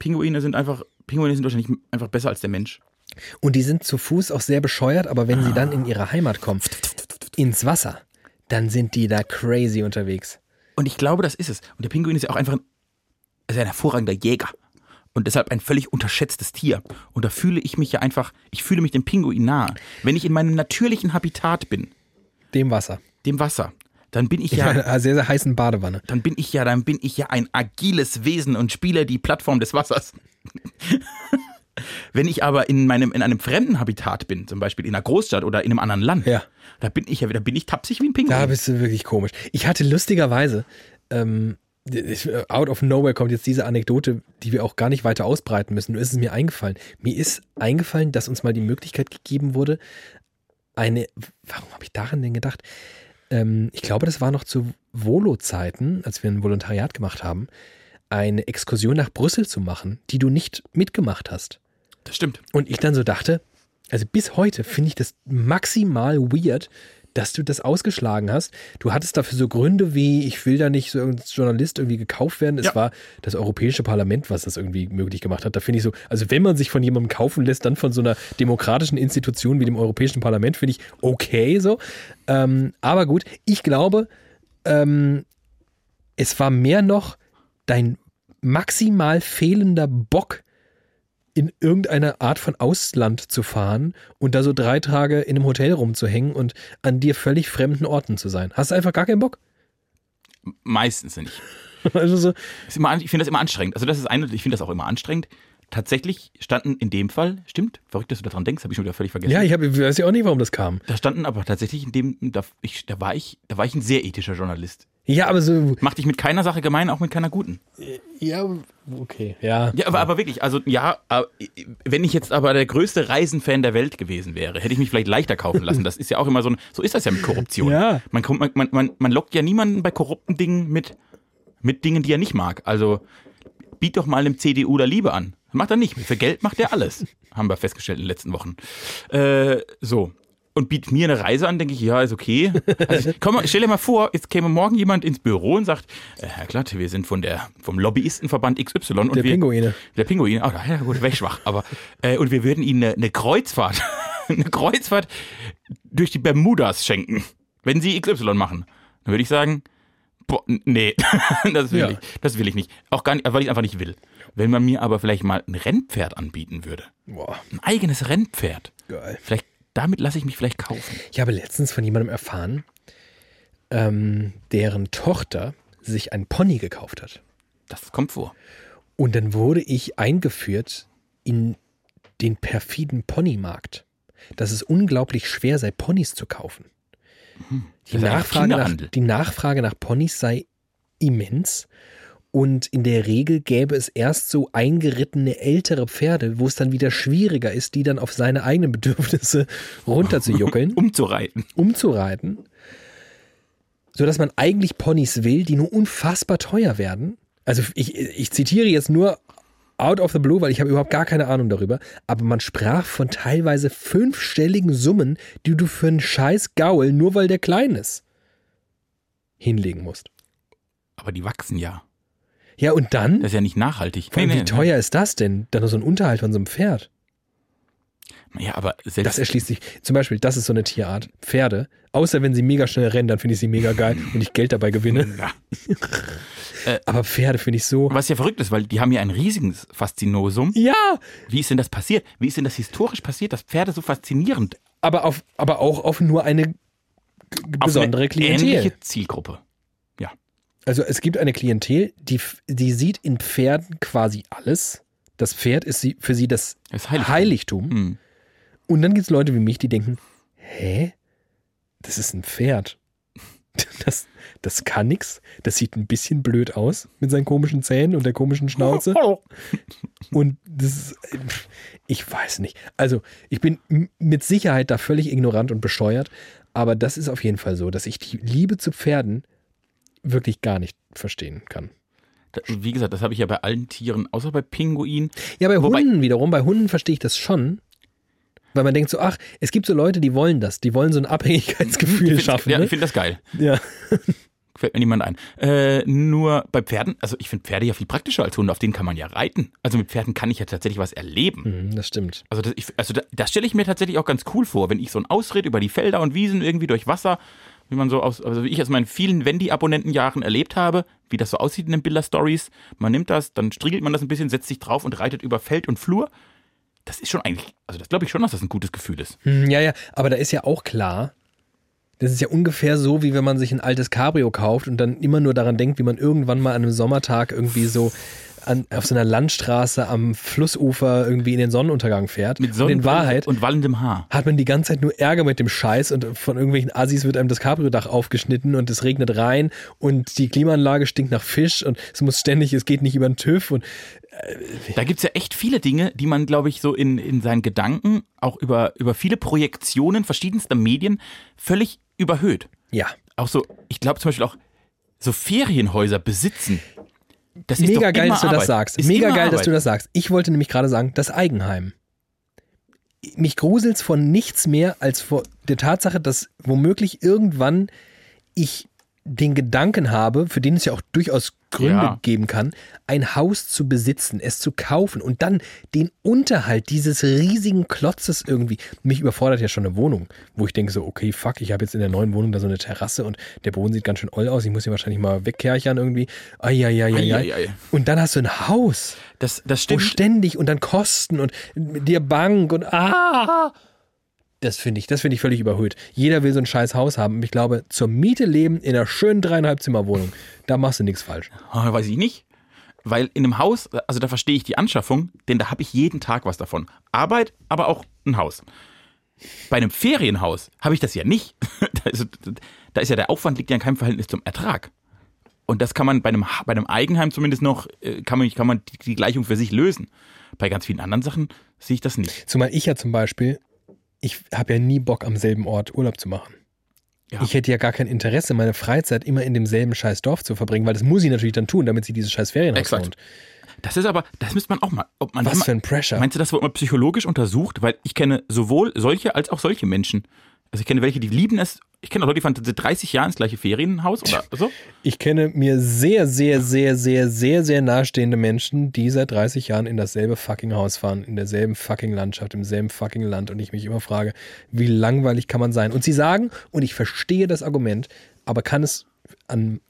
S2: Pinguine sind einfach, Pinguine sind wahrscheinlich einfach besser als der Mensch.
S1: Und die sind zu Fuß auch sehr bescheuert, aber wenn sie dann in ihre Heimat kommen, ins Wasser, dann sind die da crazy unterwegs.
S2: Und ich glaube, das ist es. Und der Pinguin ist ja auch einfach ein, er ist ein hervorragender Jäger. Und deshalb ein völlig unterschätztes Tier. Und da fühle ich mich ja einfach, ich fühle mich dem Pinguin nahe. Wenn ich in meinem natürlichen Habitat bin,
S1: Dem Wasser.
S2: dem Wasser, dann bin ich
S1: In
S2: ja
S1: einer ah, sehr, sehr heißen Badewanne.
S2: dann bin ich ja, dann bin ich ja ein agiles Wesen und spiele die Plattform des Wassers. Wenn ich aber in meinem in einem fremden Habitat bin, zum Beispiel in einer Großstadt oder in einem anderen Land,
S1: Ja.
S2: da bin ich ja wieder, bin ich tapsig wie ein
S1: Da
S2: Pinguin.
S1: bist du wirklich komisch. Ich hatte lustigerweise, ähm, ich- out of nowhere kommt jetzt diese Anekdote, die wir auch gar nicht weiter ausbreiten müssen. Nur ist es mir eingefallen. Mir ist eingefallen, dass uns mal die Möglichkeit gegeben wurde, eine, warum habe ich daran denn gedacht? Ähm, ich glaube, das war noch zu Volo-Zeiten, als wir ein Volontariat gemacht haben, eine Exkursion nach Brüssel zu machen, die du nicht mitgemacht hast.
S2: das stimmt.
S1: Und ich dann so dachte, also bis heute finde ich das maximal weird, dass du das ausgeschlagen hast. Du hattest dafür so Gründe wie, ich will da nicht so als Journalist irgendwie gekauft werden. Es
S2: Ja.
S1: war das Europäische Parlament, was das irgendwie möglich gemacht hat. Da finde ich so, also wenn man sich von jemandem kaufen lässt, dann von so einer demokratischen Institution wie dem Europäischen Parlament, finde ich okay so. Ähm, aber gut, ich glaube, ähm, es war mehr noch dein maximal fehlender Bock, in irgendeiner Art von Ausland zu fahren und da so drei Tage in einem Hotel rumzuhängen und an dir völlig fremden Orten zu sein. Hast du einfach gar keinen Bock?
S2: Meistens nicht.
S1: Also so,
S2: Ist immer, an- ich finde das immer anstrengend. Also das ist eine, ich finde das auch immer anstrengend. Tatsächlich standen in dem Fall, stimmt, verrückt, dass du daran denkst, habe ich schon wieder völlig vergessen.
S1: ja, ich, hab, ich weiß ja auch nicht, warum das kam.
S2: da standen aber tatsächlich in dem, da, ich, da war ich, da war ich ein sehr ethischer Journalist.
S1: Ja, aber so.
S2: Mach dich mit keiner Sache gemein, auch mit keiner guten.
S1: Ja, okay. Ja.
S2: Ja, aber, aber wirklich, also ja, aber, äh, wenn ich jetzt aber der größte Reisenfan der Welt gewesen wäre, hätte ich mich vielleicht leichter kaufen lassen. Das ist ja auch immer so ein, so ist das ja mit Korruption.
S1: Ja.
S2: Man, kommt, man, man- man, man lockt ja niemanden bei korrupten Dingen mit, mit Dingen, die er nicht mag. Also biet doch mal dem CDU da Liebe an. Macht er nicht. Für Geld macht er alles. Haben wir festgestellt in den letzten Wochen. Äh, so. Und bietet mir eine Reise an, denke ich, ja, ist okay. Also ich, komm, mal, stell dir mal vor, jetzt käme morgen jemand ins Büro und sagt, äh, Herr Glatt, wir sind von der, vom Lobbyistenverband XY und
S1: Der
S2: wir,
S1: Pinguine.
S2: der Pinguin, ah, ja gut, wäre ich schwach, aber äh, und wir würden ihnen eine, eine Kreuzfahrt, eine Kreuzfahrt durch die Bermudas schenken, wenn sie XY machen. Dann würde ich sagen, boah, n- nee, das will
S1: Ja.
S2: ich, das will ich nicht. Auch gar nicht, weil ich einfach nicht will. Wenn man mir aber vielleicht mal ein Rennpferd anbieten würde,
S1: Boah,
S2: ein eigenes Rennpferd,
S1: geil.
S2: vielleicht damit lasse ich mich vielleicht kaufen.
S1: Ich habe letztens von jemandem erfahren, ähm, deren Tochter sich ein Pony gekauft hat.
S2: Das kommt vor.
S1: Und dann wurde ich eingeführt in den perfiden Ponymarkt, dass es unglaublich schwer sei, Ponys zu kaufen. Die
S2: Das ist einfach
S1: Nachfrage, nach,
S2: Kinderhandel.
S1: die Nachfrage nach Ponys sei immens. Und in der Regel gäbe es erst so eingerittene ältere Pferde, wo es dann wieder schwieriger ist, die dann auf seine eigenen Bedürfnisse runterzujuckeln
S2: Um, Umzureiten.
S1: umzureiten, sodass man eigentlich Ponys will, die nur unfassbar teuer werden. Also ich, ich zitiere jetzt nur out of the blue, weil ich habe überhaupt gar keine Ahnung darüber, aber man sprach von teilweise fünfstelligen Summen, die du für einen scheiß Gaul, nur weil der klein ist, hinlegen musst.
S2: Aber die wachsen ja.
S1: Ja, und dann?
S2: Das ist ja nicht nachhaltig.
S1: Vor allem, wie teuer ist das denn? Dann so ein Unterhalt von so einem Pferd.
S2: Ja, aber
S1: Das
S2: selbst,
S1: erschließt sich. Zum Beispiel, das ist so eine Tierart. Pferde. Außer wenn sie mega schnell rennen, dann finde ich sie mega geil und ich Geld dabei gewinne.
S2: Ja.
S1: Aber Pferde finde ich so.
S2: was ja verrückt ist, weil die haben ja ein riesiges Faszinosum.
S1: Ja,
S2: Wie ist denn das passiert? Wie ist denn das historisch passiert, dass Pferde so faszinierend
S1: aber, auf, aber auch auf nur eine g-
S2: auf
S1: besondere
S2: eine
S1: Klientel.
S2: ähnliche Zielgruppe?
S1: Also es gibt eine Klientel, die, die sieht in Pferden quasi alles. Das Pferd ist sie, für sie das
S2: Das
S1: Heiligtum.
S2: Hm.
S1: Und dann gibt es Leute wie mich, die denken, hä? Das ist ein Pferd. Das, das kann nix. Das sieht ein bisschen blöd aus mit seinen komischen Zähnen und der komischen Schnauze. Und das ist, ich weiß nicht. Also, ich bin m- mit Sicherheit da völlig ignorant und bescheuert, aber das ist auf jeden Fall so, dass ich die Liebe zu Pferden wirklich gar nicht verstehen kann.
S2: Da- Wie gesagt, das habe ich ja bei allen Tieren, außer bei Pinguinen.
S1: Ja, bei
S2: Wobei-
S1: Hunden wiederum, bei Hunden verstehe ich das schon. Weil man denkt so, ach, es gibt so Leute, die wollen das, die wollen so ein Abhängigkeitsgefühl
S2: Ich find's-
S1: schaffen.
S2: ja,
S1: ne?
S2: ich finde das geil.
S1: ja.
S2: Fällt mir niemand ein. Äh, nur bei Pferden, also ich finde Pferde ja viel praktischer als Hunde, auf denen kann man ja reiten. Also mit Pferden kann ich ja tatsächlich was erleben.
S1: Mhm, das stimmt.
S2: Also das, ich, also da- das stelle ich mir tatsächlich auch ganz cool vor, wenn ich so einen Ausritt über die Felder und Wiesen irgendwie durch Wasser, wie man so aus, also wie ich aus meinen vielen Wendy-Abonnentenjahren erlebt habe, wie das so aussieht in den Bilder-Stories. Man nimmt das, dann striegelt man das ein bisschen, setzt sich drauf und reitet über Feld und Flur. Das ist schon eigentlich, also das glaube ich schon, dass das ein gutes Gefühl ist.
S1: Hm, ja, ja, aber da ist ja auch klar, das ist ja ungefähr so, wie wenn man sich ein altes Cabrio kauft und dann immer nur daran denkt, wie man irgendwann mal an einem Sommertag irgendwie so an, auf so einer Landstraße am Flussufer irgendwie in den Sonnenuntergang fährt. und in
S2: Sonnenbrille
S1: Wahrheit
S2: und wallendem Haar.
S1: hat man die ganze Zeit nur Ärger mit dem Scheiß und von irgendwelchen Assis wird einem das Cabrio-Dach aufgeschnitten und es regnet rein und die Klimaanlage stinkt nach Fisch und es muss ständig, es geht nicht über den TÜV und
S2: Da gibt es ja echt viele Dinge, die man, glaube ich, so in, in seinen Gedanken, auch über, über viele Projektionen verschiedenster Medien, völlig überhöht.
S1: ja.
S2: auch so, ich glaube zum Beispiel auch so Ferienhäuser besitzen. Das ist
S1: Mega
S2: doch
S1: geil,
S2: immer
S1: dass du das
S2: Arbeit.
S1: sagst.
S2: Ist
S1: Mega
S2: immer
S1: geil, dass
S2: Arbeit.
S1: du das sagst. Ich wollte nämlich gerade sagen, das Eigenheim. Mich gruselt's von nichts mehr als vor der Tatsache, dass womöglich irgendwann ich den Gedanken habe, für den es ja auch durchaus Gründe
S2: Ja.
S1: geben kann, ein Haus zu besitzen, es zu kaufen und dann den Unterhalt dieses riesigen Klotzes irgendwie. Mich überfordert ja schon eine Wohnung, wo ich denke so, okay, fuck, ich habe jetzt in der neuen Wohnung da so eine Terrasse und der Boden sieht ganz schön oll aus, ich muss hier wahrscheinlich mal wegkerchern irgendwie. Eieieiei.
S2: Eieiei.
S1: Und dann hast du ein Haus,
S2: Das, das
S1: wo
S2: stimmt.
S1: ständig und dann Kosten und mit dir Bank und ah. Das finde ich, das finde ich völlig überhöht. Jeder will so ein scheiß Haus haben. Und Ich glaube, zur Miete leben in einer schönen dreieinhalb Zimmer Wohnung, da machst du nichts falsch.
S2: Ah, weiß ich nicht. Weil in einem Haus, also da verstehe ich die Anschaffung, denn da habe ich jeden Tag was davon. Arbeit, aber auch ein Haus. Bei einem Ferienhaus habe ich das ja nicht. Da ist, da ist ja der Aufwand liegt ja in keinem Verhältnis zum Ertrag. Und das kann man bei einem, bei einem Eigenheim zumindest noch, äh, kann man, kann man die, die Gleichung für sich lösen. Bei ganz vielen anderen Sachen sehe ich das nicht.
S1: Zumal ich ja zum Beispiel, ich habe ja nie Bock, am selben Ort Urlaub zu machen.
S2: Ja.
S1: Ich hätte ja gar kein Interesse, meine Freizeit immer in demselben scheiß Dorf zu verbringen, weil das muss ich natürlich dann tun, damit sie dieses scheiß Ferienhaus
S2: Exakt.
S1: wohnt.
S2: Das ist aber, das müsste man auch mal, ob man
S1: Was
S2: mal,
S1: für ein Pressure.
S2: Meinst du, das wird mal psychologisch untersucht? Weil ich kenne sowohl solche als auch solche Menschen. Also ich kenne welche, die lieben es. Ich kenne auch Leute, die fahren seit 30 Jahren ins gleiche Ferienhaus oder so.
S1: Ich kenne mir sehr, sehr, sehr, sehr, sehr, sehr nahestehende Menschen, die seit 30 Jahren in dasselbe fucking Haus fahren, in derselben fucking Landschaft, im selben fucking Land und ich mich immer frage, wie langweilig kann man sein? Und sie sagen, und ich verstehe das Argument, aber kann es an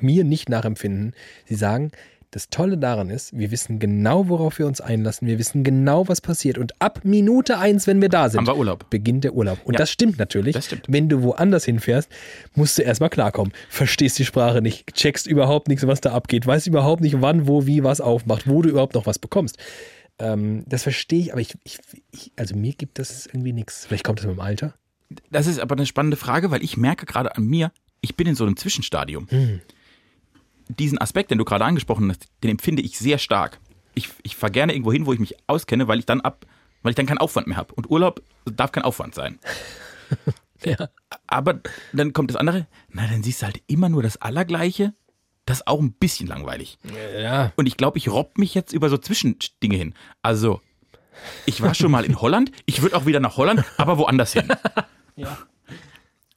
S1: mir nicht nachempfinden, sie sagen, das Tolle daran ist, wir wissen genau, worauf wir uns einlassen, wir wissen genau, was passiert und ab Minute eins, wenn wir da sind,
S2: Haben wir Urlaub.
S1: beginnt der Urlaub. Und
S2: Ja.
S1: das stimmt natürlich.
S2: Das stimmt.
S1: Wenn du woanders hinfährst, musst du erstmal klarkommen. Verstehst die Sprache nicht, checkst überhaupt nichts, was da abgeht, weißt überhaupt nicht, wann, wo, wie, was aufmacht, wo du überhaupt noch was bekommst. Ähm, das verstehe ich, aber ich, ich, ich, also mir gibt das irgendwie nichts. Vielleicht kommt das mit dem Alter.
S2: Das ist aber eine spannende Frage, weil ich merke gerade an mir, ich bin in so einem Zwischenstadium. Diesen Aspekt, den du gerade angesprochen hast, den empfinde ich sehr stark. Ich, ich fahre gerne irgendwo hin, wo ich mich auskenne, weil ich dann ab, weil ich dann keinen Aufwand mehr habe. Und Urlaub darf kein Aufwand sein.
S1: Ja.
S2: Aber dann kommt das andere, na, dann siehst du halt immer nur das Allergleiche. Das ist auch ein bisschen langweilig.
S1: Ja.
S2: Und ich glaube, ich robb mich jetzt über so Zwischendinge hin. Also, ich war schon mal in Holland, ich würde auch wieder nach Holland, aber woanders hin.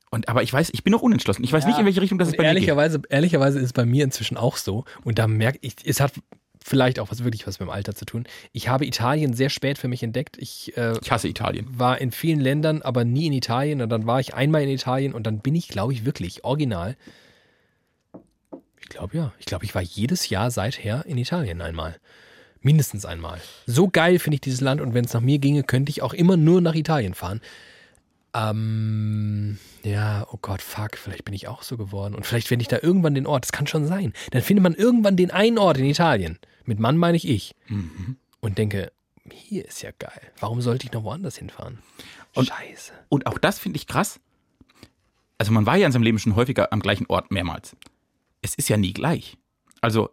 S2: Und aber ich weiß, ich bin noch unentschlossen. Ich weiß nicht, in welche Richtung das ist bei mir geht.
S1: ehrlicherweise, ehrlicherweise ist es bei mir inzwischen auch so. Und da merke ich, es hat vielleicht auch was wirklich was mit dem Alter zu tun. Ich habe Italien sehr spät für mich entdeckt. Ich äh,
S2: Ich hasse Italien.
S1: war in vielen Ländern, aber nie in Italien. Und dann war ich einmal in Italien und dann bin ich, glaube ich, wirklich original. Ich glaube ja. Ich glaube, ich war jedes Jahr seither in Italien einmal. Mindestens einmal. So geil finde ich dieses Land und wenn es nach mir ginge, könnte ich auch immer nur nach Italien fahren. Ähm, ja, oh Gott, fuck, vielleicht bin ich auch so geworden. Und vielleicht finde ich da irgendwann den Ort, das kann schon sein. Dann findet man irgendwann den einen Ort in Italien. Mit Mann meine ich ich. Und denke, hier ist ja geil. Warum sollte ich noch woanders hinfahren?
S2: Und-
S1: Scheiße.
S2: Und auch das finde ich krass. Also man war ja in seinem Leben schon häufiger am gleichen Ort mehrmals. Es ist ja nie gleich. Also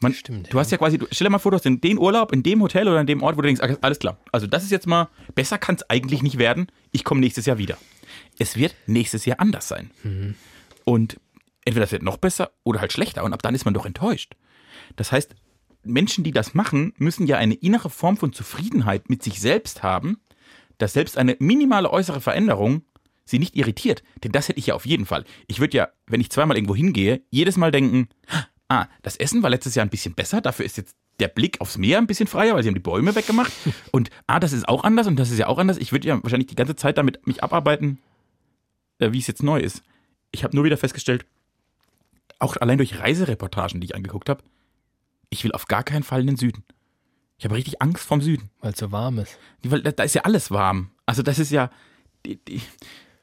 S2: man,
S1: Stimmt,
S2: du hast ja quasi, du, stell dir mal vor, du hast in den Urlaub, in dem Hotel oder in dem Ort, wo du denkst, ah, alles klar. Also das ist jetzt mal, besser kann es eigentlich nicht werden. Ich komme nächstes Jahr wieder. Es wird nächstes Jahr anders sein. Und entweder es wird noch besser oder halt schlechter. Und ab dann ist man doch enttäuscht. Das heißt, Menschen, die das machen, müssen ja eine innere Form von Zufriedenheit mit sich selbst haben, dass selbst eine minimale äußere Veränderung sie nicht irritiert. Denn das hätte ich ja auf jeden Fall. Ich würde ja, wenn ich zweimal irgendwo hingehe, jedes Mal denken, ah, das Essen war letztes Jahr ein bisschen besser, dafür ist jetzt der Blick aufs Meer ein bisschen freier, weil sie haben die Bäume weggemacht. Und ah, das ist auch anders und das ist ja auch anders. Ich würde ja wahrscheinlich die ganze Zeit damit mich abarbeiten, äh, wie es jetzt neu ist. Ich habe nur wieder festgestellt, auch allein durch Reisereportagen, die ich angeguckt habe, ich will auf gar keinen Fall in den Süden. Ich habe richtig Angst vom Süden.
S1: Weil es so warm ist.
S2: Weil da, da ist ja alles warm. Also das ist ja die, die,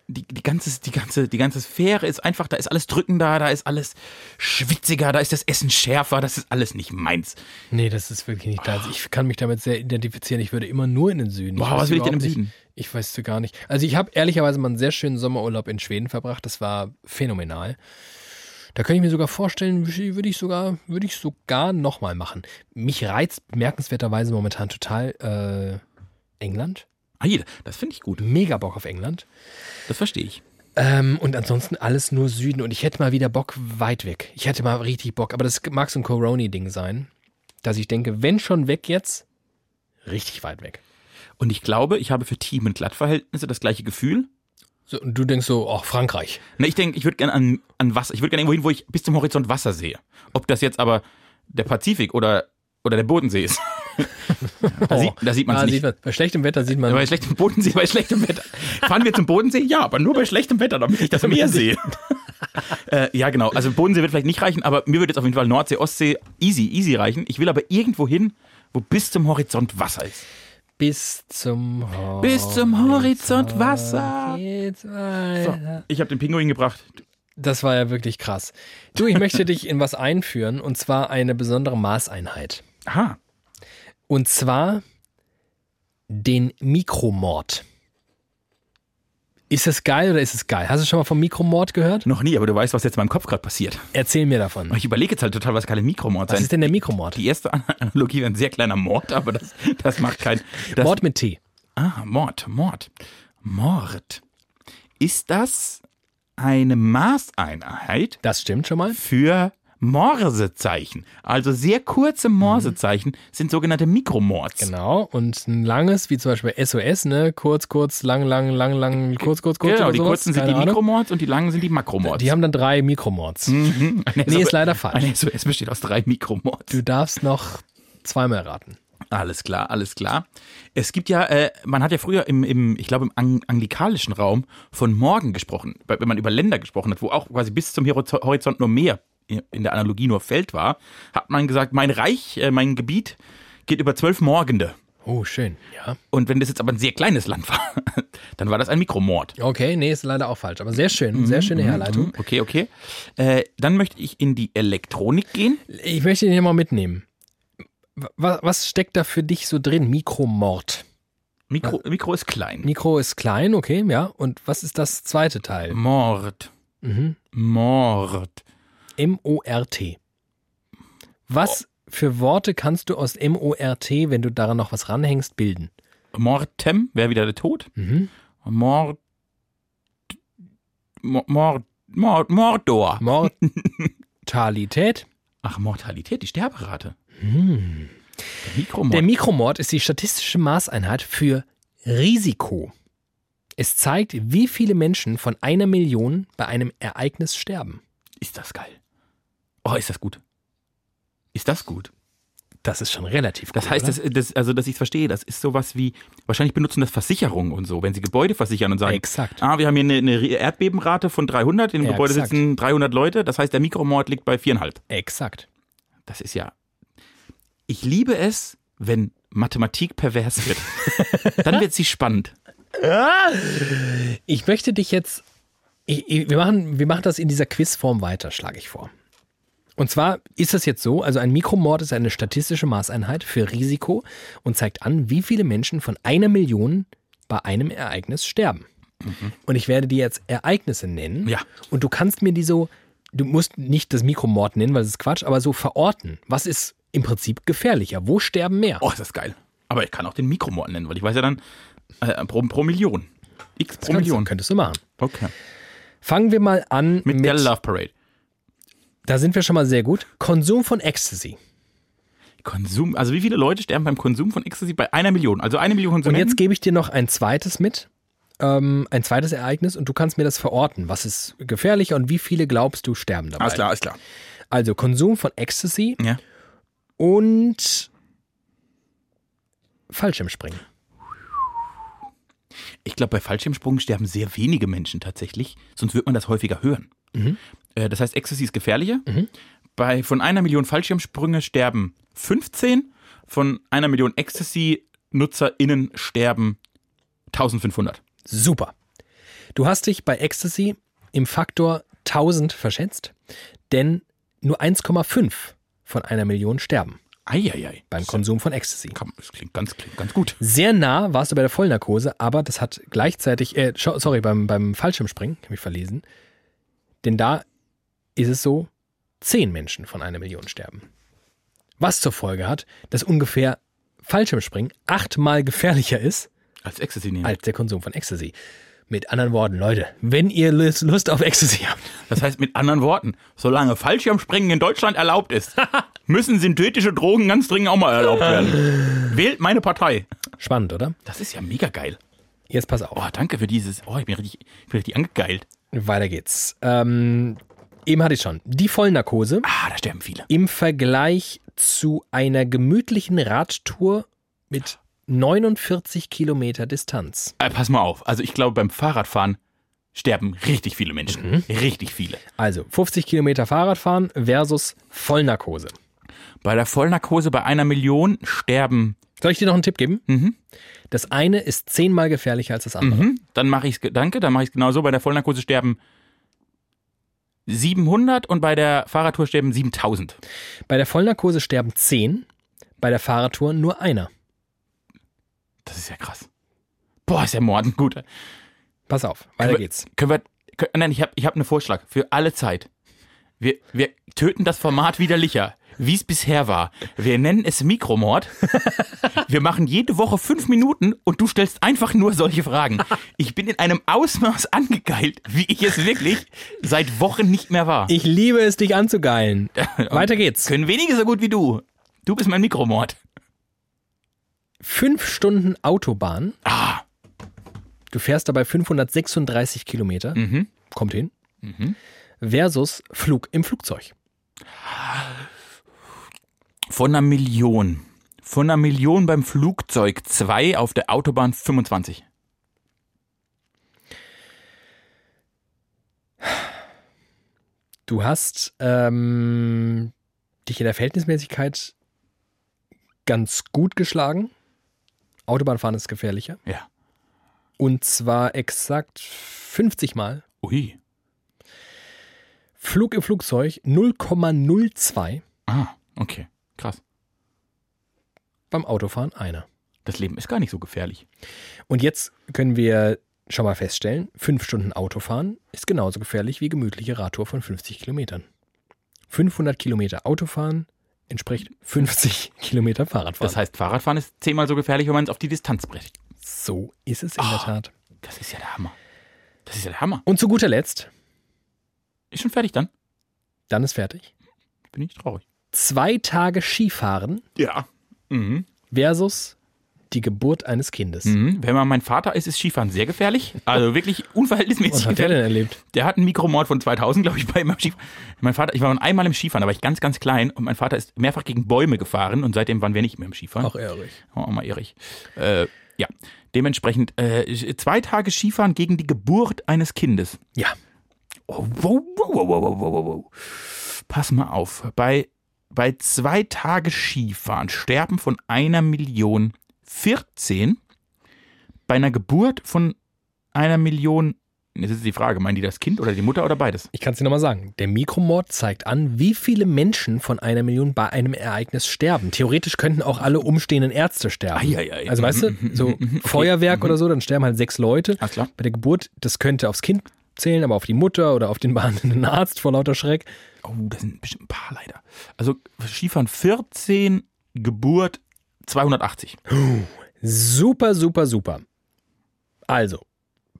S2: die, die, ganze, die, ganze, die ganze Sphäre ist einfach, da ist alles drückender, da ist alles schwitziger, da ist das Essen schärfer, das ist alles nicht meins.
S1: Nee, das ist wirklich nicht da. Also ich kann mich damit sehr identifizieren. Ich würde immer nur in den Süden.
S2: Boah,
S1: weiß
S2: was will ich denn
S1: überhaupt
S2: im
S1: nicht-
S2: Süden?
S1: Ich weiß so gar nicht. Also ich habe ehrlicherweise mal einen sehr schönen Sommerurlaub in Schweden verbracht. Das war phänomenal. Da könnte ich mir sogar vorstellen, würde ich sogar, würde ich sogar nochmal machen. Mich reizt bemerkenswerterweise momentan total äh, England.
S2: Ah, hier, das finde ich gut.
S1: Mega Bock auf England.
S2: Das verstehe ich.
S1: Ähm, und ansonsten alles nur Süden. Und ich hätte mal wieder Bock weit weg. Ich hätte mal richtig Bock. Aber das mag so ein Coroni-Ding sein, dass ich denke, wenn schon weg jetzt, richtig weit weg.
S2: Und ich glaube, ich habe für Team und Glattverhältnisse das gleiche Gefühl.
S1: So, und du denkst so, ach, Frankreich.
S2: Na, ich denke, ich würde gerne an, an Wasser, ich würde gerne irgendwo hin, wo ich bis zum Horizont Wasser sehe. Ob das jetzt aber der Pazifik oder, oder der Bodensee ist. da, sieht, da sieht man es
S1: Ah,
S2: nicht.
S1: sieht man, bei schlechtem Wetter sieht man,
S2: Bei schlechtem Bodensee, bei schlechtem Wetter. Fahren wir zum Bodensee? Ja, aber nur bei schlechtem Wetter, damit ich das Meer sehe. äh, ja, genau. Also Bodensee wird vielleicht nicht reichen, aber mir würde jetzt auf jeden Fall Nordsee, Ostsee easy, easy reichen. Ich will aber irgendwo hin, wo bis zum Horizont Wasser ist.
S1: bis zum Horizont.
S2: Bis zum Horizont Wasser.
S1: Geht's weiter.
S2: Ich habe den Pinguin gebracht.
S1: Das war ja wirklich krass. Du, ich möchte dich in was einführen, und zwar eine besondere Maßeinheit.
S2: Aha.
S1: Und zwar den Mikromord. Ist das geil oder ist es geil? Hast du schon mal vom Mikromord gehört?
S2: Noch nie, aber du weißt, was jetzt in meinem Kopf gerade passiert.
S1: Erzähl mir davon.
S2: Ich überlege jetzt halt total, was kann ein Mikromord
S1: Was
S2: sein?
S1: ist denn der Mikromord?
S2: Die erste Analogie wäre ein sehr kleiner Mord, aber das, das macht keinen. das-
S1: Mord mit T.
S2: Ah, Mord, Mord. Mord. Ist das eine Maßeinheit
S1: Das stimmt schon mal.
S2: für Morsezeichen? Also sehr kurze Morsezeichen sind sogenannte Mikromords.
S1: Mhm. Genau. Und ein langes, wie zum Beispiel SOS, ne? Kurz, kurz, lang, lang, lang, lang, kurz, kurz, kurz.
S2: Genau,
S1: oder
S2: die
S1: sowas.
S2: kurzen sind
S1: Keine
S2: die
S1: Ahnung.
S2: Mikromords und die langen sind die Makromords.
S1: Die haben dann drei Mikromords.
S2: Mhm.
S1: Nee, ist leider falsch.
S2: Eine SOS besteht aus drei Mikromords.
S1: Du darfst noch zweimal raten.
S2: Alles klar, alles klar. Es gibt ja, äh, man hat ja früher im, im ich glaube, im ang anglikalischen Raum von Morgen gesprochen, weil- wenn man über Länder gesprochen hat, wo auch quasi bis zum Horizo- Horizont nur Meer in der Analogie nur Feld war, hat man gesagt, mein Reich, äh, mein Gebiet geht über zwölf Morgende.
S1: Oh, schön. Ja.
S2: Und wenn das jetzt aber ein sehr kleines Land war, dann war das ein Mikromord.
S1: Okay, nee, ist leider auch falsch. Aber sehr
S2: Mhm.
S1: schön. Sehr schöne Herleitung.
S2: Okay, okay. Äh, dann möchte ich in die Elektronik gehen.
S1: Ich möchte den hier mal mitnehmen. Was, was steckt da für dich so drin? Mikromord.
S2: Mikro, Mikro ist klein.
S1: Mikro ist klein, okay, ja. Und was ist das zweite Teil? Mhm.
S2: Mord. Mord.
S1: M-O-R-T. Was für Worte kannst du aus M-O-R-T, wenn du daran noch was ranhängst, bilden?
S2: Mortem wäre wieder der Tod.
S1: Mhm.
S2: Mord. Mo- Mord. Mord. Mordor.
S1: Mortalität.
S2: Ach, Mortalität, die Sterberate.
S1: Hm.
S2: Der
S1: Der
S2: Mikromord.
S1: Mikromord ist die statistische Maßeinheit für Risiko. Es zeigt, wie viele Menschen von einer Million bei einem Ereignis sterben.
S2: ist das geil. Oh, ist das gut. Ist das gut?
S1: Das ist schon relativ
S2: Das
S1: gut,
S2: heißt,
S1: oder?
S2: das, das, also, dass ich es verstehe, das ist sowas wie, wahrscheinlich benutzen das Versicherungen und so, wenn sie Gebäude versichern und sagen,
S1: Exakt.
S2: ah, wir haben hier eine, eine Erdbebenrate von 300, in dem
S1: Ja,
S2: Gebäude
S1: exakt.
S2: sitzen 300 Leute, das heißt, der Mikromord liegt bei 4,5.
S1: Exakt.
S2: Das ist ja. Ich liebe es, wenn Mathematik pervers wird. Dann wird sie spannend.
S1: Ich möchte dich jetzt. Ich, ich, wir, machen, wir machen das in dieser Quizform weiter, schlage ich vor. Und zwar ist das jetzt so, also ein Mikromord ist eine statistische Maßeinheit für Risiko und zeigt an, wie viele Menschen von einer Million bei einem Ereignis sterben. Und ich werde dir jetzt Ereignisse nennen.
S2: Mhm. Ja.
S1: Und du kannst mir die so, du musst nicht das Mikromord nennen, weil das ist Quatsch, aber so verorten. Was ist im Prinzip gefährlicher? Wo sterben mehr?
S2: Oh, ist das geil. Aber ich kann auch den Mikromord nennen, weil ich weiß ja dann äh, pro, pro Million. X pro
S1: Kannst du-
S2: Million.
S1: Könntest du machen.
S2: Okay.
S1: Fangen wir mal an
S2: Mit, der Love Parade.
S1: da sind wir schon mal sehr gut. Konsum von Ecstasy.
S2: Konsum, also wie viele Leute sterben beim Konsum von Ecstasy bei einer Million? Also eine Million
S1: Und
S2: Konsumenten.
S1: jetzt gebe ich dir noch ein zweites mit. Ähm, ein zweites Ereignis und du kannst mir das verorten. Was ist gefährlicher und wie viele glaubst du sterben dabei?
S2: alles klar, alles klar.
S1: Also Konsum von Ecstasy
S2: Ja.
S1: und Fallschirmspringen.
S2: Ich glaube, bei Fallschirmsprung sterben sehr wenige Menschen tatsächlich, sonst wird man das häufiger hören. Äh, Das heißt, Ecstasy ist gefährlicher. Bei, von einer Million Fallschirmsprünge sterben 15, von einer Million Ecstasy-NutzerInnen sterben 1500.
S1: Super. Du hast dich bei Ecstasy im Faktor 1000 verschätzt, denn nur 1,5 von einer Million sterben
S2: Eieiei.
S1: beim Konsum von Ecstasy.
S2: Komm, Das klingt ganz, klingt ganz gut.
S1: Sehr nah warst du bei der Vollnarkose, aber das hat gleichzeitig, äh, scho- sorry, beim, beim Fallschirmspringen, ich hab mich verlesen, denn da ist es so, zehn Menschen von einer Million sterben. Was zur Folge hat, dass ungefähr Fallschirmspringen achtmal gefährlicher ist
S2: Als Ecstasy nehmen.
S1: als der Konsum von Ecstasy. Mit anderen Worten, Leute, wenn ihr Lust Lust auf Ecstasy habt,
S2: Das heißt mit anderen Worten, solange Fallschirmspringen in Deutschland erlaubt ist, müssen synthetische Drogen ganz dringend auch mal erlaubt werden. Wählt meine Partei.
S1: spannend, oder?
S2: Das ist ja mega geil.
S1: Jetzt pass auf.
S2: Oh, danke für dieses. Oh, ich bin richtig, ich bin richtig angegeilt.
S1: Weiter geht's. Ähm, eben hatte ich schon. Die Vollnarkose
S2: Ah, da sterben viele.
S1: im Vergleich zu einer gemütlichen Radtour mit 49 Kilometer Distanz.
S2: Äh, pass mal auf. Also ich glaube, beim Fahrradfahren sterben richtig viele Menschen. Richtig viele.
S1: Also 50 Kilometer Fahrradfahren versus Vollnarkose.
S2: Bei der Vollnarkose bei einer Million sterben.
S1: Soll ich dir noch einen Tipp geben? Das eine ist zehnmal gefährlicher als das andere.
S2: Hm, dann mache ich es. Danke, dann mache ich es genau so. Bei der Vollnarkose sterben 700 und bei der Fahrradtour sterben 7000.
S1: Bei der Vollnarkose sterben 10, bei der Fahrradtour nur einer.
S2: Das ist ja krass. Boah, ist ja Morden gut.
S1: Pass auf, weiter
S2: wir-
S1: geht's.
S2: Können wir. Können, nein, ich habe ich hab einen Vorschlag für alle Zeit. Wir, wir töten das Format wieder licher, wie es bisher war. Wir nennen es Mikromord. Wir machen jede Woche fünf Minuten und du stellst einfach nur solche Fragen. Ich bin in einem Ausmaß angegeilt, wie ich es wirklich seit Wochen nicht mehr war.
S1: Ich liebe es, dich anzugeilen. Weiter geht's.
S2: Können wenige so gut wie du. Du bist mein Mikromord.
S1: Fünf Stunden Autobahn. Du fährst dabei 536 Kilometer. Kommt hin. Versus Flug im Flugzeug.
S2: Von einer Million. Von einer Million beim Flugzeug. Zwei auf der Autobahn 25.
S1: Du hast ähm, dich in der Verhältnismäßigkeit ganz gut geschlagen. Autobahnfahren ist gefährlicher.
S2: Ja.
S1: Und zwar exakt 50 Mal.
S2: Ui.
S1: Flug im Flugzeug 0,02.
S2: Ah, okay. Krass.
S1: Beim Autofahren einer.
S2: Das Leben ist gar nicht so gefährlich.
S1: Und jetzt können wir schon mal feststellen, fünf Stunden Autofahren ist genauso gefährlich wie gemütliche Radtour von 50 Kilometern. 500 Kilometer Autofahren entspricht 50 Kilometer Fahrradfahren.
S2: Das heißt, Fahrradfahren ist zehnmal so gefährlich, wenn man es auf die Distanz bricht.
S1: so ist es in
S2: Ah.
S1: der Tat.
S2: Das ist ja der Hammer. Das ist ja der Hammer.
S1: Und zu guter Letzt,
S2: Ist schon fertig dann?
S1: dann ist fertig,
S2: Bin ich traurig.
S1: zwei Tage Skifahren
S2: Ja. Mhm.
S1: versus die Geburt eines Kindes.
S2: Mhm. Wenn man mein Vater ist, ist Skifahren sehr gefährlich. Also wirklich unverhältnismäßig
S1: Was hat der denn
S2: gefährlich.
S1: erlebt?
S2: Der hat einen Mikromord von 2000, glaube ich, bei meinem Skifahren. Mein Vater, ich war mal einmal im Skifahren, da war ich ganz, ganz klein und mein Vater ist mehrfach gegen Bäume gefahren und seitdem waren wir nicht mehr im Skifahren.
S1: Auch ehrlich.
S2: Oh, mal Erich. Äh, ja, dementsprechend äh, zwei Tage Skifahren gegen die Geburt eines Kindes.
S1: Ja,
S2: Oh, wow, wow, wow, wow, wow, wow, wow. Pass mal auf. Bei, bei zwei Tage Skifahren sterben von einer Million 14. bei einer Geburt von einer Million, jetzt ist die Frage, meinen die das Kind oder die Mutter oder beides?
S1: Ich kann es dir nochmal sagen. Der Mikromord zeigt an, wie viele Menschen von einer Million bei einem Ereignis sterben. Theoretisch könnten auch alle umstehenden Ärzte sterben.
S2: Eieiei.
S1: Also weißt du, so Feuerwerk oder so, dann sterben halt sechs Leute.
S2: Alles klar.
S1: Bei der Geburt, das könnte aufs Kind zählen, aber auf die Mutter oder auf den behandelnden Arzt vor lauter Schreck.
S2: Oh, das sind bestimmt ein paar leider. Also Skifahren 14, Geburt 280.
S1: Super, super, super. Also,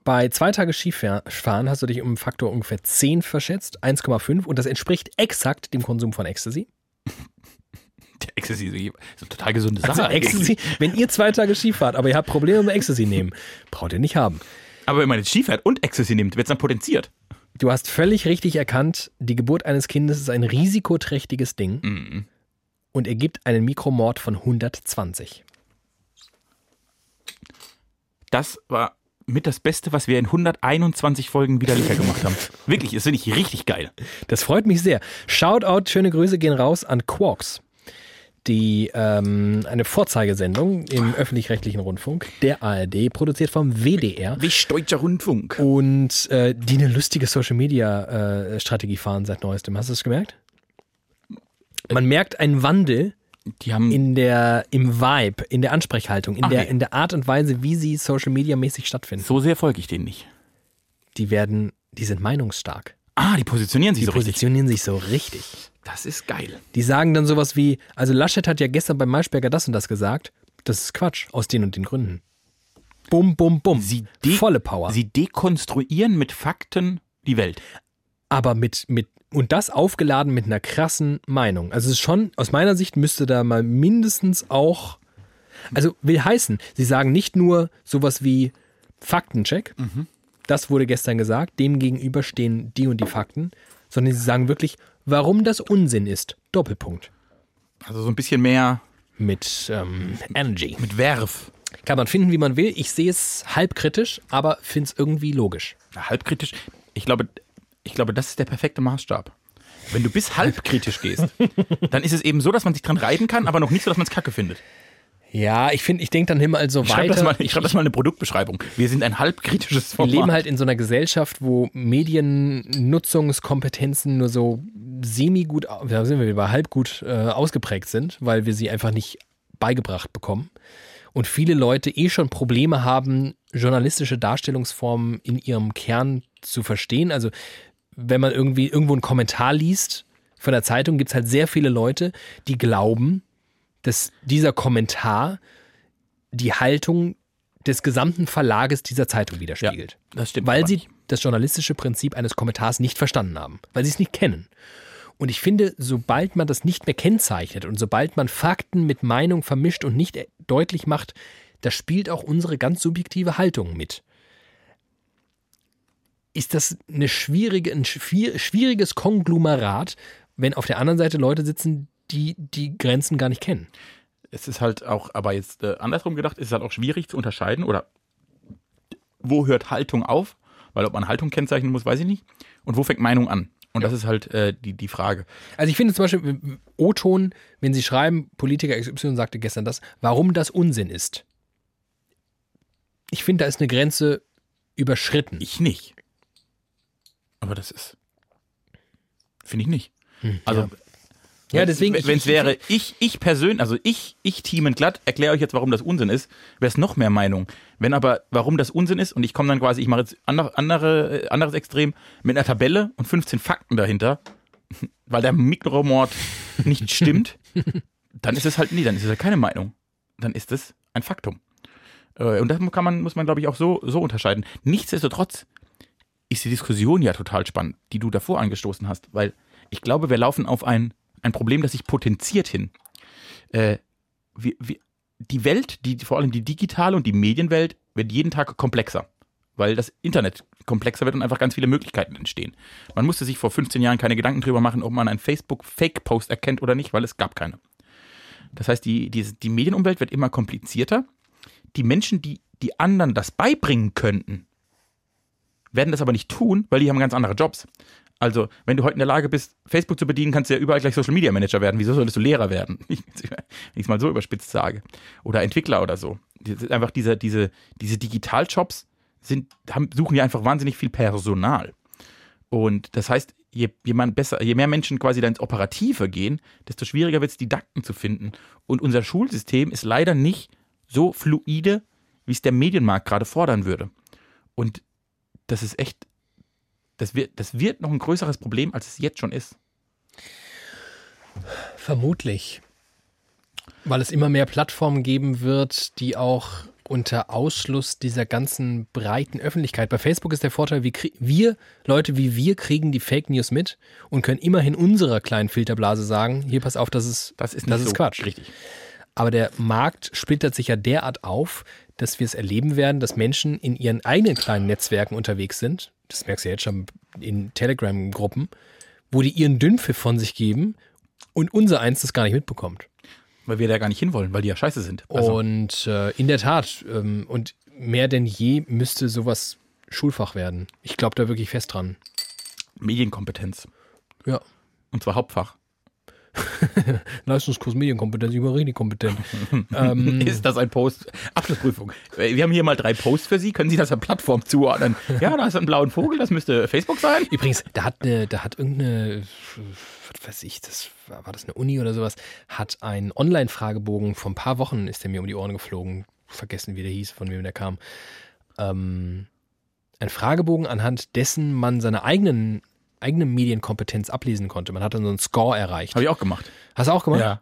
S1: bei zwei Tage Skifahren hast du dich um einen Faktor ungefähr 10 verschätzt, 1,5, und das entspricht exakt dem Konsum von Ecstasy.
S2: Der Ecstasy ist eine total gesunde Sache.
S1: Also Ecstasy, wenn ihr zwei Tage Skifahrt, aber ihr habt Probleme mit Ecstasy nehmen, braucht ihr nicht haben.
S2: Aber wenn man jetzt Skifährt und Ecstasy nimmt, wird es dann potenziert.
S1: Du hast völlig richtig erkannt, die Geburt eines Kindes ist ein risikoträchtiges Ding
S2: Mhm.
S1: und ergibt einen Mikromord von 120.
S2: Das war mit das Beste, was wir in 121 Folgen widerlicher gemacht haben. Wirklich, das finde ich richtig geil.
S1: Das freut mich sehr. Shoutout, schöne Grüße gehen raus an Quarks, die ähm, eine Vorzeigesendung im öffentlich-rechtlichen Rundfunk der ARD, produziert vom WDR.
S2: Wischdeutscher Rundfunk.
S1: Und äh, die eine lustige Social Media äh, Strategie fahren seit neuestem. Hast du es gemerkt? Man merkt einen Wandel
S2: Die haben
S1: in der, im Vibe, in der Ansprechhaltung, in,
S2: Ach,
S1: der,
S2: nee.
S1: in der Art und Weise, wie sie Social Media mäßig stattfinden.
S2: so sehr folge ich denen nicht.
S1: Die werden, die sind meinungsstark.
S2: Ah, die positionieren sich
S1: Die
S2: so
S1: positionieren sich so richtig.
S2: richtig. Das ist geil.
S1: Die sagen dann sowas wie, also Laschet hat ja gestern beim Maischberger das und das gesagt. Das ist Quatsch, aus den und den Gründen. Bum, bum, bum.
S2: Sie de-
S1: Volle Power.
S2: Sie dekonstruieren mit Fakten die Welt.
S1: aber mit, mit, und das aufgeladen mit einer krassen Meinung. Also es ist schon, aus meiner Sicht müsste da mal mindestens auch, also will heißen, sie sagen nicht nur sowas wie Faktencheck, das wurde gestern gesagt, dem gegenüber stehen die und die Fakten, sondern sie sagen wirklich, warum das Unsinn ist. Doppelpunkt.
S2: Also so ein bisschen mehr
S1: Mit ähm, Energy.
S2: mit Werf.
S1: Kann man finden, wie man will. Ich sehe es halb kritisch, aber finde es irgendwie logisch.
S2: Na, halbkritisch. Ich glaube, ich glaube, das ist der perfekte Maßstab. Wenn du bis halbkritisch gehst, dann ist es eben so, dass man sich dran reiben kann, aber noch nicht so, dass man es kacke findet.
S1: Ja, ich finde, ich denke dann immer also
S2: Ich schreibe
S1: weiter.
S2: das, mal- ich schreib das mal in eine Produktbeschreibung. Wir sind ein halbkritisches
S1: Wir
S2: Format.
S1: leben halt in so einer Gesellschaft, wo Mediennutzungskompetenzen nur so semi-gut, da sind wir wieder, halb gut äh, ausgeprägt sind, weil wir sie einfach nicht beigebracht bekommen. Und viele Leute eh schon Probleme haben, journalistische Darstellungsformen in ihrem Kern zu verstehen. Also wenn man irgendwie irgendwo einen Kommentar liest von der Zeitung, gibt es halt sehr viele Leute, die glauben, dass dieser Kommentar die Haltung des gesamten Verlages dieser Zeitung
S2: ja,
S1: widerspiegelt.
S2: das stimmt.
S1: Weil
S2: aber
S1: sie
S2: nicht.
S1: das journalistische Prinzip eines Kommentars nicht verstanden haben, weil sie es nicht kennen. Und ich finde, sobald man das nicht mehr kennzeichnet und sobald man Fakten mit Meinung vermischt und nicht deutlich macht, da spielt auch unsere ganz subjektive Haltung mit. Ist das eine schwierige, ein schwier- schwieriges Konglomerat, wenn auf der anderen Seite Leute sitzen, die die Grenzen gar nicht kennen?
S2: es ist halt auch, aber jetzt äh, andersrum gedacht, ist es halt auch schwierig zu unterscheiden oder wo hört Haltung auf? Weil ob man Haltung kennzeichnen muss, weiß ich nicht. Und wo fängt Meinung an? Und das ist halt äh, die, die Frage.
S1: Also ich finde zum Beispiel m- O-Ton, wenn sie schreiben, Politiker XY sagte gestern das, warum das Unsinn ist. Ich finde, da ist eine Grenze überschritten.
S2: Ich nicht. Aber das ist. Finde ich nicht. also.
S1: Ja, deswegen-
S2: Wenn es wäre, ich, ich persönlich, also ich, ich Teamen glatt, erkläre euch jetzt, warum das Unsinn ist, wäre es noch mehr Meinung. Wenn aber, warum das Unsinn ist, und ich komme dann quasi, ich mache jetzt andere, andere, äh, anderes Extrem mit einer Tabelle und 15 Fakten dahinter, weil der Mikromord nicht stimmt, dann ist es halt, nee, dann ist es halt keine Meinung. Dann ist es ein Faktum. Äh, Und das kann man, muss man, glaube ich, auch so, so unterscheiden. Nichtsdestotrotz ist die Diskussion ja total spannend, die du davor angestoßen hast, weil ich glaube, wir laufen auf ein, ein Problem, das sich potenziert hin. Äh, wir, wir, die Welt, die, vor allem die digitale und die Medienwelt, wird jeden Tag komplexer, weil das Internet komplexer wird und einfach ganz viele Möglichkeiten entstehen. Man musste sich vor 15 Jahren keine Gedanken drüber machen, ob man einen Facebook-Fake-Post erkennt oder nicht, weil es gab keine. Das heißt, die, die, die Medienumwelt wird immer komplizierter. Die Menschen, die, die anderen das beibringen könnten, werden das aber nicht tun, weil die haben ganz andere Jobs. Also, wenn du heute in der Lage bist, Facebook zu bedienen, kannst du ja überall gleich Social Media Manager werden. Wieso solltest du Lehrer werden? Wenn ich es mal so überspitzt sage. Oder Entwickler oder so. das ist einfach dieser, diese, diese Digitalshops sind, haben, suchen ja einfach wahnsinnig viel Personal. Und das heißt, je, je, man besser, je mehr Menschen quasi da ins Operative gehen, desto schwieriger wird es, Didakten zu finden. Und unser Schulsystem ist leider nicht so fluide, wie es der Medienmarkt gerade fordern würde. Und das ist echt, das wird, das wird noch ein größeres Problem, als es jetzt schon ist.
S1: Vermutlich. Weil es immer mehr Plattformen geben wird, die auch unter Ausschluss dieser ganzen breiten Öffentlichkeit. Bei Facebook ist der Vorteil, wir, krie- wir, Leute wie wir, kriegen die Fake News mit und können immerhin unserer kleinen Filterblase sagen, hier pass auf, das ist,
S2: Das ist nicht
S1: das ist
S2: so
S1: Quatsch.
S2: richtig.
S1: Aber der Markt splittert sich ja derart auf, dass wir es erleben werden, dass Menschen in ihren eigenen kleinen Netzwerken unterwegs sind. Das merkst du ja jetzt schon in Telegram-Gruppen, wo die ihren Dünnpfiff von sich geben und unser eins das gar nicht mitbekommt.
S2: Weil wir da gar nicht hinwollen, weil die ja scheiße sind. Also
S1: Und äh, in der Tat, ähm, und mehr denn je müsste sowas Schulfach werden. Ich glaube da wirklich fest dran.
S2: Medienkompetenz.
S1: Ja.
S2: Und zwar Hauptfach.
S1: Leistungskurs Medienkompetenz, ich war richtig kompetent. ähm,
S2: Ist das ein Post? Abschlussprüfung. Äh, Wir haben hier mal drei Posts für Sie. Können Sie das an Plattform zuordnen? Ja, da ist ein blauen Vogel, das müsste Facebook sein.
S1: Übrigens, da hat eine, da hat irgendeine, was weiß ich, das war war das eine Uni oder sowas, hat einen Online-Fragebogen vor ein paar Wochen ist der mir um die Ohren geflogen, vergessen wie der hieß, von wem der kam. Ähm, ein Fragebogen, anhand dessen man seine eigenen eigene Medienkompetenz ablesen konnte. Man hat dann so einen Score erreicht.
S2: Habe ich auch gemacht.
S1: Hast du auch gemacht?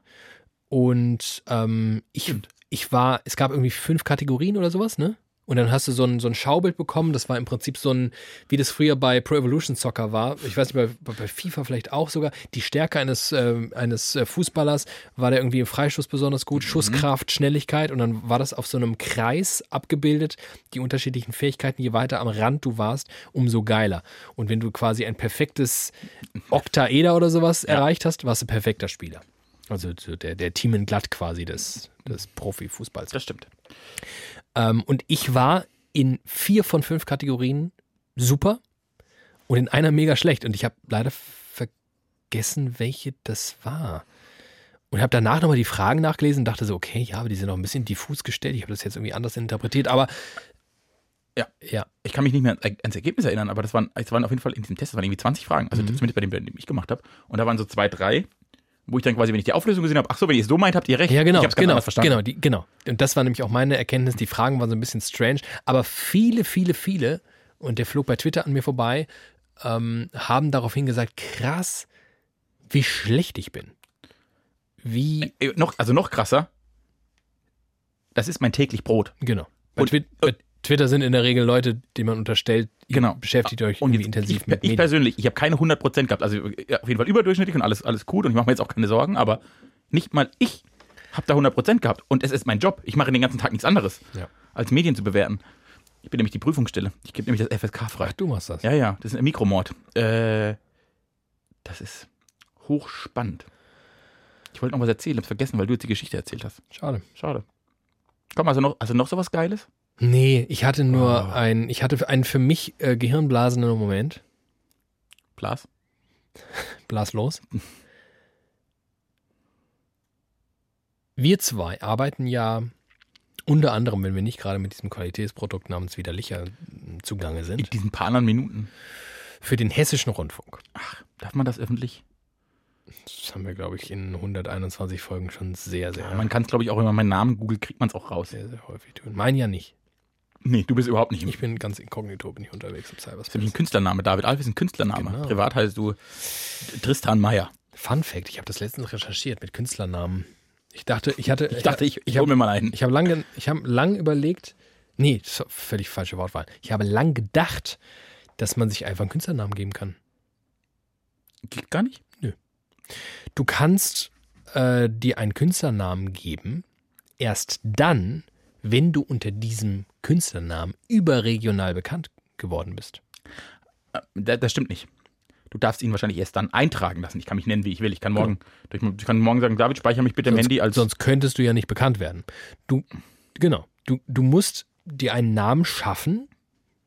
S1: Und ähm, ich, ich war, es gab irgendwie fünf Kategorien oder sowas, ne? Und dann hast du so ein, so ein Schaubild bekommen, das war im Prinzip so ein, wie das früher bei Pro Evolution Soccer war. Ich weiß nicht, bei, bei FIFA vielleicht auch sogar. Die Stärke eines, ähm, eines äh, Fußballers war der irgendwie im Freischuss besonders gut, Schusskraft, Schnelligkeit. Und dann war das auf so einem Kreis abgebildet, die unterschiedlichen Fähigkeiten. Je weiter am Rand du warst, umso geiler. Und wenn du quasi ein perfektes Oktaeder oder sowas erreicht hast, warst du perfekter Spieler. Also so der, der Team in Glatt quasi des, des Profifußballs.
S2: Das stimmt.
S1: Ähm, und ich war in vier von fünf Kategorien super und in einer mega schlecht. Und ich habe leider vergessen, welche das war. Und habe danach nochmal die Fragen nachgelesen und dachte so, okay, ja, aber die sind noch ein bisschen diffus gestellt. Ich habe das jetzt irgendwie anders interpretiert, aber
S2: Ja.
S1: ja,
S2: Ich kann mich nicht mehr ans- ans Ergebnis erinnern, aber das waren, es waren auf jeden Fall in diesem Test, das waren irgendwie 20 Fragen.
S1: Mhm.
S2: Also zumindest bei dem, bei dem ich gemacht habe. Und da waren so zwei, drei, wo ich dann quasi, wenn ich die Auflösung gesehen habe, ach so, wenn ihr es so meint, habt ihr recht.
S1: Ja, genau,
S2: Ich hab's ganz
S1: genau,
S2: anders verstanden.
S1: genau, die, genau. Und das war nämlich auch meine Erkenntnis. Die Fragen waren so ein bisschen strange, aber viele, viele, viele und der flog bei Twitter an mir vorbei, ähm, haben daraufhin gesagt, krass, wie schlecht ich bin. Wie,
S2: Äh, noch, also noch krasser. Das ist mein täglich Brot.
S1: genau. Bei,
S2: Und- äh,
S1: Twi bei Twitter sind in der Regel Leute, die man unterstellt, ihr
S2: Genau.
S1: beschäftigt euch
S2: Und
S1: irgendwie
S2: jetzt,
S1: intensiv
S2: ich,
S1: mit
S2: ich
S1: Medien.
S2: persönlich, ich habe keine 100% gehabt. Also ja, auf jeden Fall überdurchschnittlich und alles, alles gut und ich mache mir jetzt auch keine Sorgen, aber nicht mal ich habe da 100% gehabt. Und es ist mein Job. Ich mache den ganzen Tag nichts anderes,
S1: Ja.
S2: als Medien zu bewerten. Ich bin nämlich die Prüfungsstelle. Ich gebe nämlich das FSK frei.
S1: Ach, du machst das.
S2: Ja, ja, das ist ein Mikromord. Äh, das ist hochspannend. Ich wollte noch was erzählen, hab's vergessen, weil du jetzt die Geschichte erzählt hast.
S1: Schade.
S2: Schade. Komm, also noch, also noch sowas Geiles?
S1: Nee, ich hatte nur
S2: Oh.
S1: ein, ich hatte einen für mich äh, gehirnblasenden Moment.
S2: Blas?
S1: Blas los. Wir zwei arbeiten ja unter anderem, wenn wir nicht gerade mit diesem Qualitätsprodukt namens Widerlicher m, zugange
S2: In
S1: sind,
S2: diesen paar anderen Minuten.
S1: für den hessischen Rundfunk.
S2: Darf man das öffentlich?
S1: Das haben wir, glaube ich, in 121 Folgen schon sehr, sehr,
S2: Man kann es, glaube ich, auch, wenn man meinen Namen googelt, kriegt man es auch raus.
S1: sehr, sehr häufig tun. Mein ja nicht.
S2: Nee, du bist überhaupt nicht im
S1: Ich bin ganz inkognito, bin ich unterwegs im
S2: Das ist nämlich ein
S1: Cyberspace.
S2: Künstlername. David Alf ist ein Künstlername.
S1: Genau.
S2: Privat heißt du Tristan Meyer.
S1: Fun Fact, ich habe das letztens recherchiert mit Künstlernamen. Ich dachte, ich hatte...
S2: Ich dachte, ich, ich
S1: hab-
S2: hole mir mal einen.
S1: Ich habe lange, ich habe lang überlegt, nee, das war völlig falsche Wortwahl. Ich habe lang gedacht, dass man sich einfach einen Künstlernamen geben kann.
S2: Geht gar nicht.
S1: Du kannst äh, dir einen Künstlernamen geben, erst dann, wenn du unter diesem Künstlernamen überregional bekannt geworden bist.
S2: Äh, da- Das stimmt nicht. Du darfst ihn wahrscheinlich erst dann eintragen lassen. Ich kann mich nennen, wie ich will. Ich kann morgen, durch, ich kann morgen sagen, David, speichere mich bitte im
S1: sonst,
S2: Handy als.
S1: sonst könntest du ja nicht bekannt werden. Du, genau, du, du musst dir einen Namen schaffen,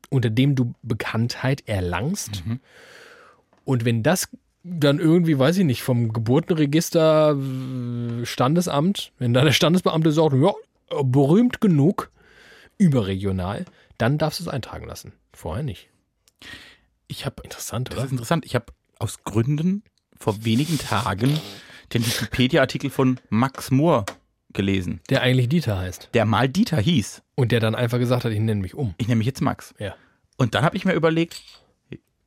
S1: unter dem du Bekanntheit erlangst.
S2: Mhm.
S1: Und wenn das dann irgendwie, weiß ich nicht, vom Geburtenregister, äh, Standesamt, wenn da der Standesbeamte sagt, ja, äh, berühmt genug, überregional, dann darfst du es eintragen lassen. Vorher nicht.
S2: Ich habe
S1: Interessant,
S2: Das
S1: oder?
S2: ist interessant. Ich habe aus Gründen vor wenigen Tagen den Wikipedia-Artikel von Max Mohr gelesen,
S1: Der eigentlich Dieter heißt.
S2: der mal Dieter hieß.
S1: Und der dann einfach gesagt hat, ich nenne mich um.
S2: Ich nenne mich jetzt Max.
S1: Ja.
S2: Und dann habe ich mir überlegt,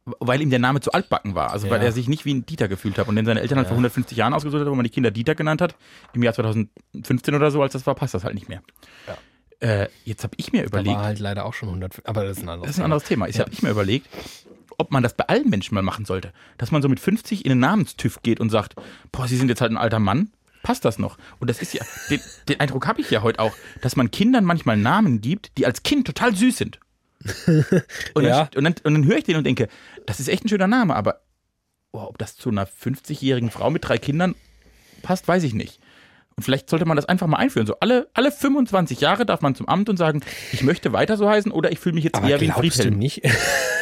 S2: weil ihm der Name zu altbacken war, also weil
S1: Ja.
S2: er sich nicht wie ein Dieter gefühlt hat und den seine Eltern halt vor 150 Jahren ausgesucht hat, wo man die Kinder Dieter genannt hat, im Jahr 2015 oder so, als das war, passt das halt nicht mehr. Äh, jetzt habe ich mir
S1: Da
S2: überlegt,
S1: war halt leider auch schon 100. Aber das ist ein anderes.
S2: das ist ein anderes Thema. Ich habe ich mir überlegt, ob man das bei allen Menschen mal machen sollte. Dass man so mit 50 in den Namenstüv geht und sagt, boah, Sie sind jetzt halt ein alter Mann. Passt das noch? Und das ist ja, den, den Eindruck habe ich ja heute auch, dass man Kindern manchmal Namen gibt, die als Kind total süß sind. Und dann,
S1: Ja.
S2: und dann, und dann höre ich den und denke, das ist echt ein schöner Name, aber boah, ob das zu einer 50-jährigen Frau mit drei Kindern passt, weiß ich nicht. Und vielleicht sollte man das einfach mal einführen. So alle, alle 25 Jahre darf man zum Amt und sagen, ich möchte weiter so heißen oder ich fühle mich jetzt
S1: Aber
S2: eher wie ein
S1: glaubst du
S2: Friedhelm.
S1: nicht,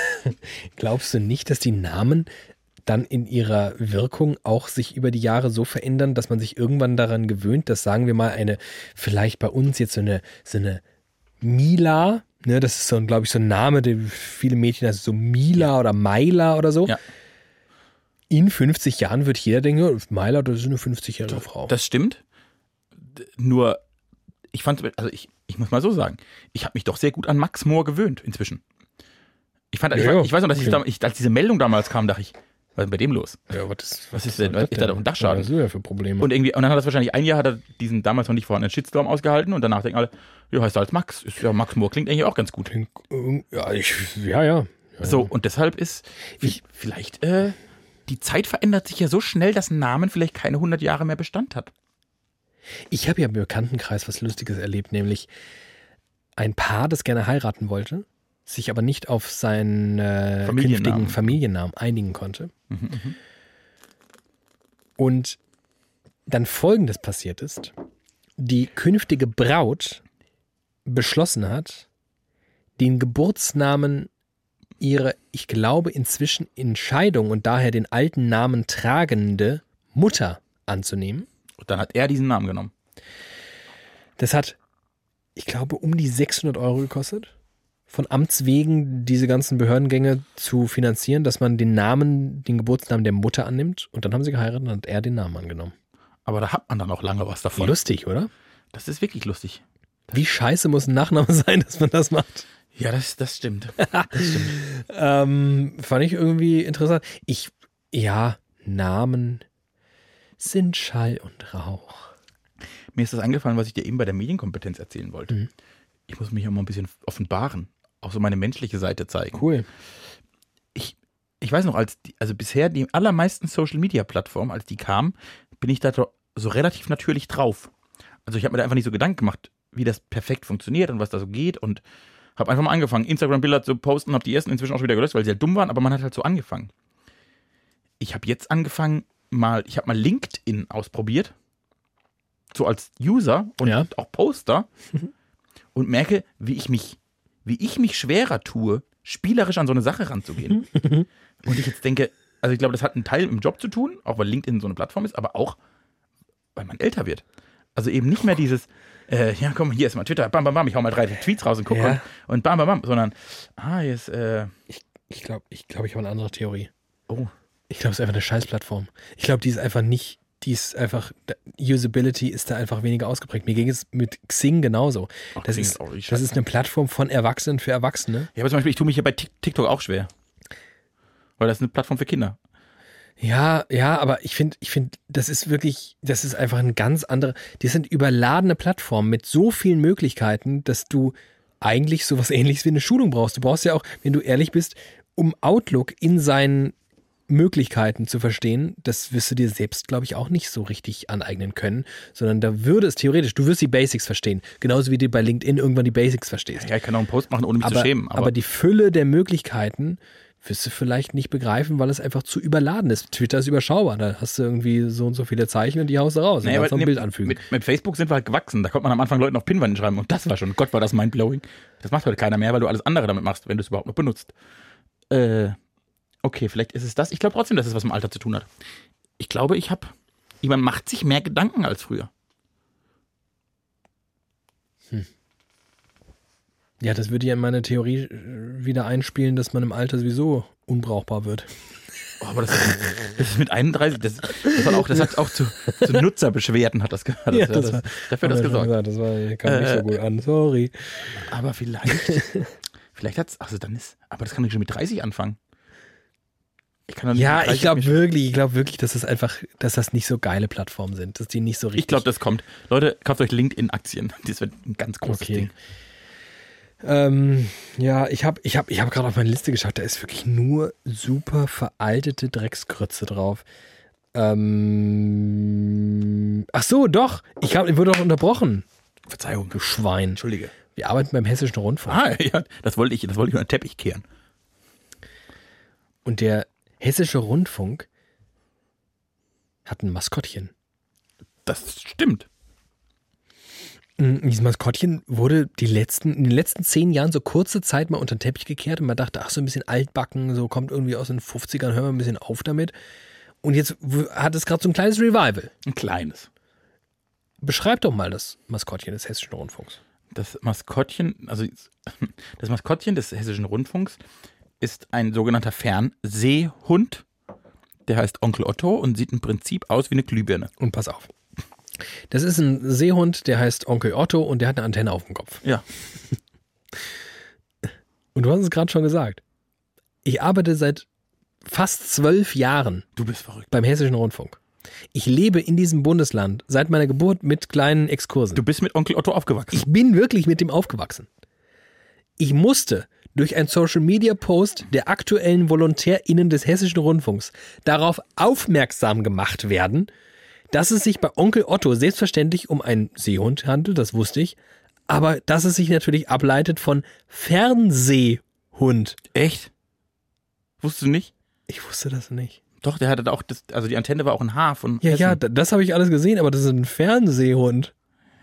S1: glaubst du nicht, dass die Namen dann in ihrer Wirkung auch sich über die Jahre so verändern, dass man sich irgendwann daran gewöhnt, dass sagen wir mal eine, vielleicht bei uns jetzt so eine, so eine Mila, ne, das ist so ein, glaube ich, so ein Name, den viele Mädchen, also so Mila oder Maila oder so.
S2: Ja.
S1: In 50 Jahren wird jeder denken, ja, Maila, das ist eine 50-jährige Frau.
S2: Das stimmt. D- Nur, ich fand, also ich, ich muss mal so sagen, ich habe mich doch sehr gut an Max Mohr gewöhnt inzwischen. Ich fand, ich,
S1: Ja, ja.
S2: ich weiß noch, dass ich,
S1: Okay.
S2: dam- ich, als diese Meldung damals kam, dachte ich, was ist bei dem los?
S1: ja, was, ist,
S2: was ist denn?
S1: soll
S2: Ist da doch ein Dachschaden?
S1: Was hast du ja für Probleme?
S2: Und irgendwie, und dann hat das wahrscheinlich ein Jahr hat er diesen damals noch nicht vorhandenen Shitstorm ausgehalten und danach denken alle, ja, heißt er halt Max. Ist, ja, Max Mohr klingt eigentlich auch ganz gut.
S1: ja, ich, ja, ja. ja
S2: So, und deshalb ist,
S1: Ich-
S2: ich, vielleicht, äh, die Zeit verändert sich ja so schnell, dass ein Namen vielleicht keine 100 Jahre mehr Bestand hat.
S1: Ich habe ja im Bekanntenkreis was Lustiges erlebt, nämlich ein Paar, das gerne heiraten wollte, sich aber nicht auf seinen äh,
S2: Familiennamen.
S1: künftigen Familiennamen einigen konnte. Und dann folgendes passiert ist: Die künftige Braut beschlossen hat, den Geburtsnamen ihrer, ich glaube, inzwischen in Scheidung und daher den alten Namen tragende Mutter anzunehmen.
S2: Und dann hat er diesen Namen genommen.
S1: Das hat, ich glaube, um die 600 Euro gekostet. Von Amts wegen diese ganzen Behördengänge zu finanzieren, dass man den Namen, den Geburtsnamen der Mutter annimmt. Und dann haben sie geheiratet und hat er den Namen angenommen.
S2: Aber da hat man dann auch lange was davon.
S1: Lustig, oder?
S2: Das ist wirklich lustig.
S1: Wie scheiße muss ein Nachname sein, dass man das macht?
S2: Ja, das, das stimmt.
S1: Ähm, fand ich irgendwie interessant. Ich, ja, Namen sind Schall und Rauch.
S2: Mir ist das eingefallen, was ich dir eben bei der Medienkompetenz erzählen wollte.
S1: Mhm.
S2: Ich muss mich ja mal ein bisschen offenbaren, auch so meine menschliche Seite zeigen.
S1: Cool.
S2: Ich weiß noch, als die, also bisher die allermeisten Social Media Plattformen, als die kamen, bin ich da dr- so relativ natürlich drauf. Also ich habe mir da einfach nicht so Gedanken gemacht, wie das perfekt funktioniert und was da so geht und habe einfach mal angefangen, Instagram-Bilder zu posten, habe die ersten inzwischen auch schon wieder gelöscht, weil sie halt dumm waren, aber man hat halt so angefangen. Ich habe jetzt angefangen, mal, ich habe mal LinkedIn ausprobiert, so als User und
S1: Ja.
S2: auch Poster und merke, wie ich mich, wie ich mich schwerer tue, spielerisch an so eine Sache ranzugehen. und ich jetzt denke, also ich glaube, das hat einen Teil im Job zu tun, auch weil LinkedIn so eine Plattform ist, aber auch, weil man älter wird. Also eben nicht mehr dieses, äh, ja komm, hier ist mal Twitter, bam, bam, bam, ich hau mal drei Tweets raus und guck
S1: Ja.
S2: und, und bam, bam, bam, sondern, ah, jetzt, äh,
S1: Ich glaube, ich, glaub, ich habe eine andere Theorie.
S2: oh,
S1: Ich glaube, es ist einfach eine Scheißplattform. Ich glaube, die ist einfach nicht, die ist einfach, Usability ist da einfach weniger ausgeprägt. Mir ging es mit Xing genauso.
S2: Ach,
S1: das,
S2: Xing
S1: ist,
S2: ist auch richtig
S1: das
S2: scheiße.
S1: ist eine Plattform von Erwachsenen für Erwachsene.
S2: Ja, aber zum Beispiel, ich tue mich ja bei Tik- TikTok auch schwer. Weil das ist eine Plattform für Kinder.
S1: Ja, ja, aber ich finde, ich finde, das ist wirklich, das ist einfach ein ganz andere, die sind überladene Plattformen mit so vielen Möglichkeiten, dass du eigentlich sowas ähnliches wie eine Schulung brauchst. Du brauchst ja auch, wenn du ehrlich bist, um Outlook in seinen Möglichkeiten zu verstehen, das wirst du dir selbst, glaube ich, auch nicht so richtig aneignen können, sondern da würde es theoretisch, du wirst die Basics verstehen, genauso wie du bei LinkedIn irgendwann die Basics verstehst.
S2: Ja, ich kann auch einen Post machen, ohne mich zu schämen.
S1: Aber, die Fülle der Möglichkeiten wirst du vielleicht nicht begreifen, weil es einfach zu überladen ist. Twitter ist überschaubar. Da hast du irgendwie so und so viele Zeichen und die haust du raus. und
S2: Naja, aber
S1: kannst noch ein
S2: ne-
S1: Bild anfügen.
S2: Mit, mit Facebook sind wir halt gewachsen. Da konnte man am Anfang Leuten auf Pinwänden schreiben. Und das war schon, Gott, war das mindblowing. Das macht heute keiner mehr, weil du alles andere damit machst, wenn du es überhaupt noch benutzt. Äh, okay, vielleicht ist es das. Ich glaube trotzdem, dass es was mit dem Alter zu tun hat. Ich glaube, ich habe. Man macht sich mehr Gedanken als früher.
S1: Ja, das würde ja in meine Theorie äh, wieder einspielen, dass man im Alter sowieso unbrauchbar wird.
S2: Oh, aber das, das ist mit 31, das, das, hat auch, das hat auch zu, zu Nutzerbeschwerden hat das, hat das,
S1: Ja,
S2: ja,
S1: das
S2: das,
S1: war-
S2: dafür
S1: Haben
S2: hat das
S1: wir schon
S2: gesorgt.
S1: gesagt, das war, kam nicht so
S2: Äh,
S1: gut an. Sorry.
S2: Aber vielleicht, vielleicht hat's, also dann ist, aber das kann ich schon mit 30 anfangen. Ich kann doch nicht
S1: Ja,
S2: mit 30
S1: ich glaube
S2: mich-
S1: wirklich, ich glaube wirklich, dass das einfach, dass das nicht so geile Plattformen sind, dass die nicht so richtig.
S2: Ich glaube, das kommt. Leute, kauft euch LinkedIn-Aktien. Das wird ein ganz großes
S1: Okay.
S2: Ding.
S1: Ähm, ja, ich habe ich hab, ich hab gerade auf meine Liste geschaut, da ist wirklich nur super veraltete Dreckskrütze drauf. Ähm, ach so, doch, ich, hab, ich wurde doch unterbrochen.
S2: Verzeihung.
S1: Du Schwein.
S2: Entschuldige.
S1: Wir arbeiten beim Hessischen Rundfunk.
S2: Ah, ja, das wollte ich, das wollte ich unter den Teppich kehren.
S1: Und der Hessische Rundfunk hat ein Maskottchen.
S2: Das stimmt.
S1: Mm, Dieses Maskottchen wurde die letzten, in den letzten zehn Jahren so kurze Zeit mal unter den Teppich gekehrt und man dachte, ach, so ein bisschen altbacken, so kommt irgendwie aus den 50ern, hören wir ein bisschen auf damit. Und jetzt w- hat es gerade so ein kleines Revival.
S2: Ein kleines.
S1: Beschreib doch mal das Maskottchen des Hessischen Rundfunks.
S2: Das Maskottchen, also das Maskottchen des Hessischen Rundfunks ist ein sogenannter Fernseehund. Der heißt Onkel Otto und sieht im Prinzip aus wie eine Glühbirne.
S1: Und pass auf. Das ist ein Seehund, der heißt Onkel Otto und der hat eine Antenne auf dem Kopf.
S2: Ja.
S1: Und du hast es gerade schon gesagt. Ich arbeite seit fast zwölf Jahren
S2: Du bist verrückt.
S1: beim Hessischen Rundfunk. Ich lebe in diesem Bundesland seit meiner Geburt mit kleinen Exkursen.
S2: Du bist mit Onkel Otto aufgewachsen.
S1: Ich bin wirklich mit dem aufgewachsen. Ich musste durch einen Social-Media-Post der aktuellen VolontärInnen des Hessischen Rundfunks darauf aufmerksam gemacht werden, dass es sich bei Onkel Otto selbstverständlich um einen Seehund handelt, das wusste ich, aber dass es sich natürlich ableitet von Fernsehhund.
S2: Echt? Wusstest du nicht?
S1: Ich wusste das nicht.
S2: Doch, der hatte da auch, das, also die Antenne war auch ein Haar von
S1: Ja,
S2: Hessen.
S1: ja, d- das habe ich alles gesehen, aber das ist ein Fernsehhund.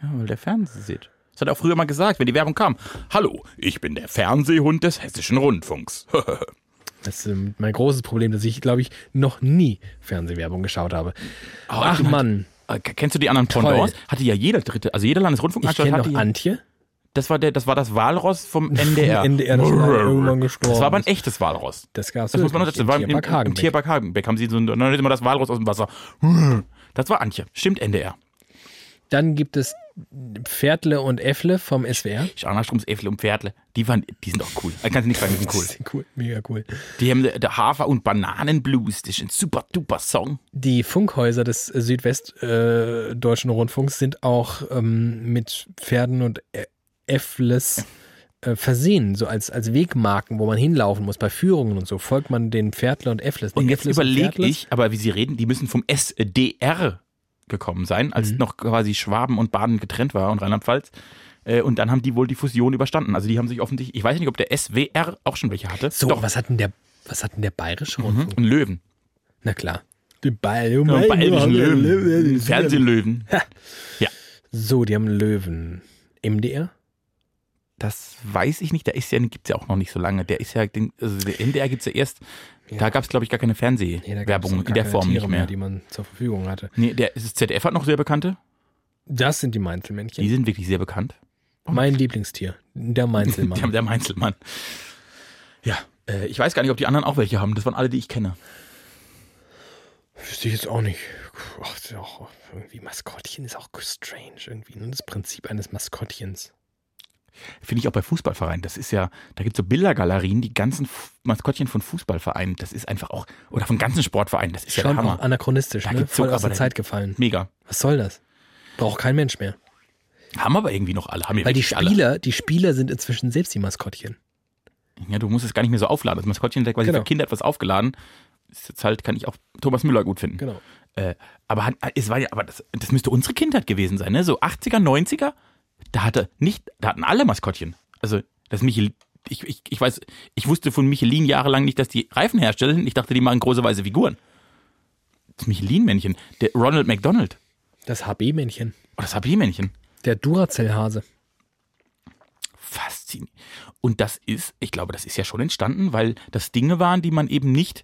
S2: Ja, weil der Fernseh sieht. Das hat er auch früher mal gesagt, wenn die Werbung kam. Hallo, ich bin der Fernsehhund des Hessischen Rundfunks.
S1: Das ist ähm, mein großes Problem, dass ich, glaube ich, noch nie Fernsehwerbung geschaut habe. Ach
S2: du-
S1: Mann.
S2: Äh, Kennst du die anderen Pendants? Hatte ja jeder dritte, also jeder
S1: Ich
S2: Landesrundfunkanstalt
S1: kenne
S2: hatte
S1: doch
S2: ja-
S1: Antje.
S2: Das war der, das war das Walross vom NDR.
S1: NDR, das war irgendwann gestorben.
S2: Das war aber ein echtes Walross.
S1: Das gab's
S2: Das muss man
S1: wirklich
S2: unterstellen.
S1: im
S2: War im,
S1: Tierpark
S2: im, im
S1: Hagenbeck.
S2: Tierpark Hagenbeck haben sie so ein, dann ist immer das Walross aus dem Wasser. Das war Antje. Stimmt NDR.
S1: Dann gibt es Pferdle und Äffle vom SWR.
S2: Scharner Strums, Efle und Pferdle. Die waren, die sind auch cool. Da kannst du nicht sagen, die sind cool.
S1: Das ist cool, mega cool.
S2: Die haben äh, der Hafer- und Bananenblues. Das ist ein super duper Song.
S1: Die Funkhäuser des Südwestdeutschen äh, Deutschen Rundfunks sind auch ähm, mit Pferden und Ä- Äffles äh, versehen, so als, als Wegmarken, wo man hinlaufen muss. Bei Führungen und so folgt man den Pferdle und Äffles. Den
S2: Und jetzt
S1: Äffles und
S2: überlege
S1: Pferdles.
S2: ich, aber wie sie reden, die müssen vom SDR gekommen sein, als noch quasi Schwaben und Baden getrennt war und Rheinland-Pfalz. Äh, Und dann haben die wohl die Fusion überstanden. Also die haben sich offensichtlich, ich weiß nicht, ob der SWR auch schon welche hatte.
S1: So,
S2: Doch, Mhm.
S1: was hat denn der, was hat denn der bayerische Rundfunk?
S2: ein Löwen.
S1: Na klar. Die Bayer-
S2: Ein bayerischen Löwen. Ein Fernsehlöwen.
S1: So, die haben Löwen. MDR?
S2: Das weiß ich nicht, der ist ja, den gibt es ja auch noch nicht so lange. Der ist ja, den, also der NDR gibt es ja erst, da gab es glaube ich gar keine
S1: Nee, da gab's
S2: Fernsehwerbung
S1: so
S2: in
S1: gar
S2: der
S1: keine
S2: Form
S1: Tiere
S2: nicht mehr.
S1: die man zur Verfügung hatte.
S2: Nee, der, das ZDF hat noch sehr bekannte.
S1: Das sind die
S2: Die
S1: Meinzelmännchen.
S2: sind wirklich sehr bekannt.
S1: Mein Lieblingstier, der
S2: Der,
S1: Meinzelmann.
S2: der Meinzelmann. Ja, äh, ich weiß gar nicht, ob die anderen auch welche haben. Das waren alle, die ich kenne.
S1: Wüsste ich jetzt auch nicht. Ach, ist ja auch irgendwie Maskottchen ist auch strange irgendwie. Nur das Prinzip eines Maskottchens.
S2: Finde ich auch bei Fußballvereinen. Das ist ja, da gibt es so Bildergalerien, die ganzen F Maskottchen von Fußballvereinen. Das ist einfach auch, oder von ganzen Sportvereinen. Das ist ja der
S1: Schon auch
S2: Hammer.
S1: anachronistisch,
S2: Da
S1: ne?
S2: gibt's
S1: Voll
S2: sogar
S1: aus der
S2: aber-
S1: Zeit gefallen.
S2: Mega.
S1: Was soll das? Braucht kein Mensch mehr.
S2: Haben aber irgendwie noch alle. Haben ja
S1: Weil die
S2: wirklich alle.
S1: Spieler, die Spieler sind inzwischen selbst die Maskottchen.
S2: Ja, du musst es gar nicht mehr so aufladen. Das Maskottchen ist ja quasi
S1: Genau.
S2: für Kinder etwas aufgeladen. Ist jetzt halt, kann ich auch Thomas Müller gut finden.
S1: Genau.
S2: Äh, aber hat, es war ja, aber das, das müsste unsere Kindheit gewesen sein, ne? So 80er, 90er, da hatte nicht, da hatten alle Maskottchen. Also das Michel, ich, ich, ich weiß, ich wusste von Michelin jahrelang nicht, dass die Reifen herstellen. Ich dachte, die machen große weiße Figuren. Das Michelin-Männchen, der Ronald McDonald,
S1: Das HB-Männchen.
S2: oh, das HP-Männchen.
S1: Der Duracell-Hase.
S2: Faszinierend. Und das ist, ich glaube, das ist ja schon entstanden, weil das Dinge waren, die man eben nicht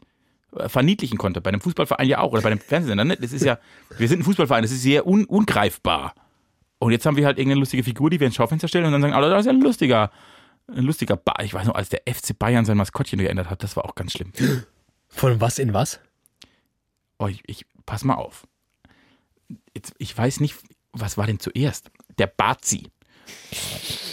S2: äh, verniedlichen konnte. Bei einem Fußballverein ja auch oder bei einem Fernsehsender. Ne? Das ist ja, wir sind ein Fußballverein, das ist sehr un ungreifbar. Und jetzt haben wir halt irgendeine lustige Figur, die wir ins Schaufenster stellen und dann sagen, ah, da ist ja ein lustiger, ein lustiger Bar. Ich weiß noch, als der FC Bayern sein Maskottchen geändert hat, das war auch ganz schlimm.
S1: Von was in was?
S2: Oh, ich, ich pass mal auf. Jetzt, ich weiß nicht, was war denn zuerst? Der Bazi.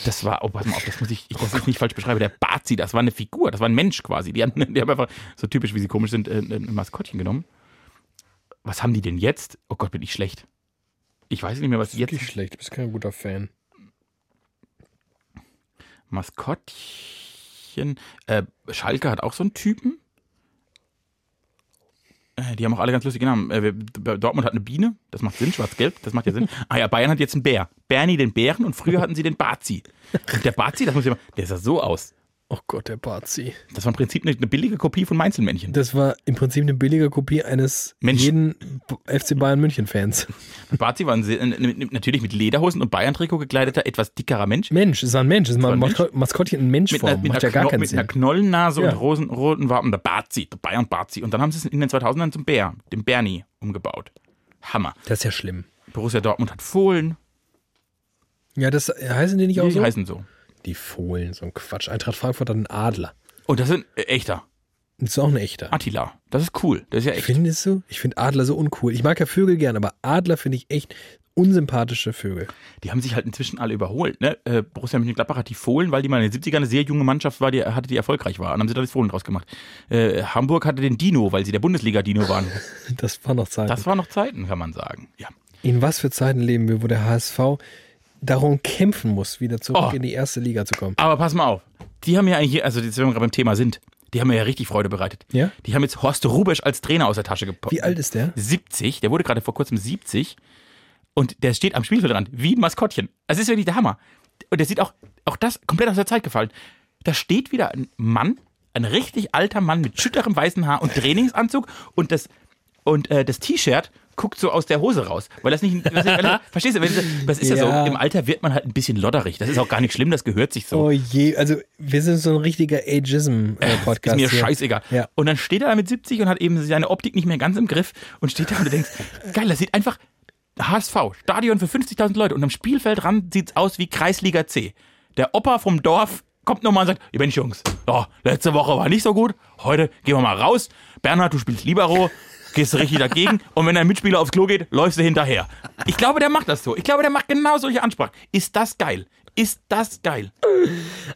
S2: Das war, oh, pass mal auf, das muss ich, ich dass ich nicht falsch beschreibe. Der Bazi, das war eine Figur, das war ein Mensch quasi. Die haben, die haben einfach, so typisch wie sie komisch sind, äh, ein Maskottchen genommen. Was haben die denn jetzt? Oh Gott, bin ich schlecht. Ich weiß nicht mehr, was jetzt.
S4: Wirklich schlecht, du bist kein guter Fan.
S2: Maskottchen. Äh, Schalke hat auch so einen Typen. Äh, Die haben auch alle ganz lustige Namen. Äh, wir- Dortmund hat eine Biene, das macht Sinn, schwarz-gelb, das macht ja Sinn. Ah ja, Bayern hat jetzt einen Bär. Bernie den Bären und früher hatten sie den Bazi. Und der Bazi, das muss ich mal, der sah so aus.
S4: Oh Gott, der Bazi.
S2: Das war im Prinzip eine, eine billige Kopie von Mainzelmännchen.
S4: Das war im Prinzip eine billige Kopie eines
S2: Mensch.
S4: jeden FC Bayern München Fans.
S2: Bazi war ein, sehr- ein, ein, natürlich mit Lederhosen und Bayern-Trikot gekleideter, etwas dickerer Mensch.
S4: Mensch, ist ein Mensch, ist mal ein
S2: War ein
S4: Masko- Maskottchen in
S2: mit einer,
S4: Menschform.
S2: mit
S4: Macht
S2: einer,
S4: ja gar
S2: Kno-
S4: keinen
S2: mit einer
S4: Sinn.
S2: Knollennase
S4: Ja.
S2: und rosen, roten Wappen. Der Bazi, der Bayern Bazi. Und dann haben sie es in den 2000ern zum Bär, dem Bernie, umgebaut. Hammer.
S1: Das ist ja schlimm.
S2: Borussia Dortmund hat Fohlen.
S1: Ja, das heißen die nicht
S2: Die heißen so.
S1: Die Fohlen, so ein Quatsch. Eintracht Frankfurt hat einen Adler.
S2: Und das sind äh, echter.
S1: Das ist auch ein echter.
S2: Attila. Das ist cool. Das ist ja echt.
S1: Findest du? Ich finde Adler so uncool. Ich mag ja Vögel gern, aber Adler finde ich echt unsympathische Vögel.
S2: Die haben sich halt inzwischen alle überholt. Ne? Äh, Borussia Mönchengladbach hat die Fohlen, weil die mal in den 70ern eine sehr junge Mannschaft war, die hatte, die erfolgreich war. Und haben sie da die Fohlen draus gemacht. Äh, Hamburg hatte den Dino, weil sie der Bundesliga-Dino waren.
S1: Das war noch Zeit.
S2: Das waren noch Zeiten, kann man sagen. Ja.
S1: In was für Zeiten leben wir, wo der HSV darum kämpfen muss, wieder zurück
S2: Oh.
S1: in die erste Liga zu kommen?
S2: Aber pass mal auf. Die haben ja eigentlich, also jetzt, wenn wir gerade beim Thema sind, die haben mir ja richtig Freude bereitet.
S1: Ja?
S2: Die haben jetzt Horst Rubesch als Trainer aus der Tasche gepackt.
S1: Wie alt ist der?
S2: 70. Der wurde gerade vor kurzem 70. Und der steht am Spielfeldrand wie ein Maskottchen. Das ist wirklich der Hammer. Und der sieht auch, auch das komplett aus der Zeit gefallen. Da steht wieder ein Mann, ein richtig alter Mann mit schütterem weißen Haar und Trainingsanzug und das, und, äh, das T-Shirt guckt so aus der Hose raus. Weil das nicht, weil das, verstehst du, weil das, das ist ja.
S1: Ja.
S2: so, im Alter wird man halt ein bisschen lodderig. Das ist auch gar nicht schlimm, das gehört sich so.
S1: Oh je, also wir sind so ein richtiger Ageism-Podcast.
S2: Ist mir scheißegal.
S1: Ja.
S2: Und dann steht er da mit 70 und hat eben seine Optik nicht mehr ganz im Griff und steht da und du denkst, geil, das sieht einfach HSV, Stadion für 50.000 Leute und am Spielfeldrand sieht's aus wie Kreisliga C. Der Opa vom Dorf kommt nochmal und sagt, ihr Mensch Jungs, oh, letzte Woche war nicht so gut, heute gehen wir mal raus. Bernhard, du spielst Libero, gehst richtig dagegen und wenn dein Mitspieler aufs Klo geht, läufst du hinterher. Ich glaube, der macht das so. Ich glaube, der macht genau solche Ansprachen. Ist das geil? Ist das geil?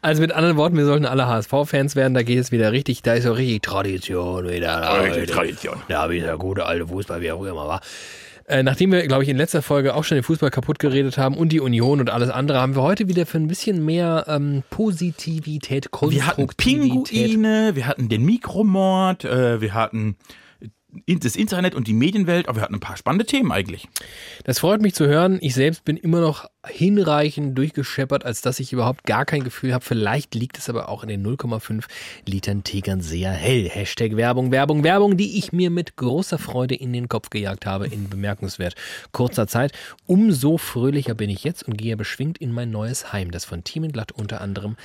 S1: Also mit anderen Worten, wir sollten alle HSV-Fans werden, da geht es wieder richtig, da ist auch richtig Tradition wieder. Da,
S2: Tradition.
S1: da habe ich ja gute alte Fußball, wie er früher mal war. Äh, nachdem wir, glaube ich, in letzter Folge auch schon den Fußball kaputt geredet haben und die Union und alles andere, haben wir heute wieder für ein bisschen mehr ähm, Positivität,
S2: Wir hatten
S1: Konstruktivität.
S2: Pinguine, wir hatten den Mikromord, äh, wir hatten in- das Internet und die Medienwelt, aber wir hatten ein paar spannende Themen eigentlich.
S1: Das freut mich zu hören. Ich selbst bin immer noch hinreichend durchgescheppert, als dass ich überhaupt gar kein Gefühl habe. Vielleicht liegt es aber auch in den 0,5 Litern Tegernseer Hell. Hashtag Werbung, Werbung, Werbung, die ich mir mit großer Freude in den Kopf gejagt habe in bemerkenswert kurzer Zeit. Umso fröhlicher bin ich jetzt und gehe beschwingt in mein neues Heim, das von Thiemenglatt unter anderem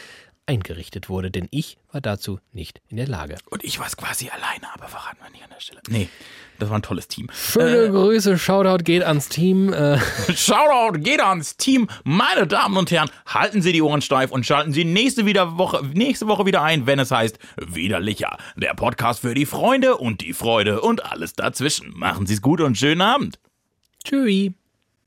S1: eingerichtet wurde, denn ich war dazu nicht in der Lage.
S2: Und ich war es quasi alleine, aber verraten wir nicht an der Stelle. Nee, das war ein tolles Team.
S1: Schöne Grüße, Shoutout geht ans Team. Äh,
S2: Shoutout geht ans Team. Meine Damen und Herren, halten Sie die Ohren steif und schalten Sie nächste, wieder Woche, nächste Woche wieder ein, wenn es heißt Widerlicher. Der Podcast für die Freunde und die Freude und alles dazwischen. Machen Sie es gut und schönen Abend.
S1: tschüssi.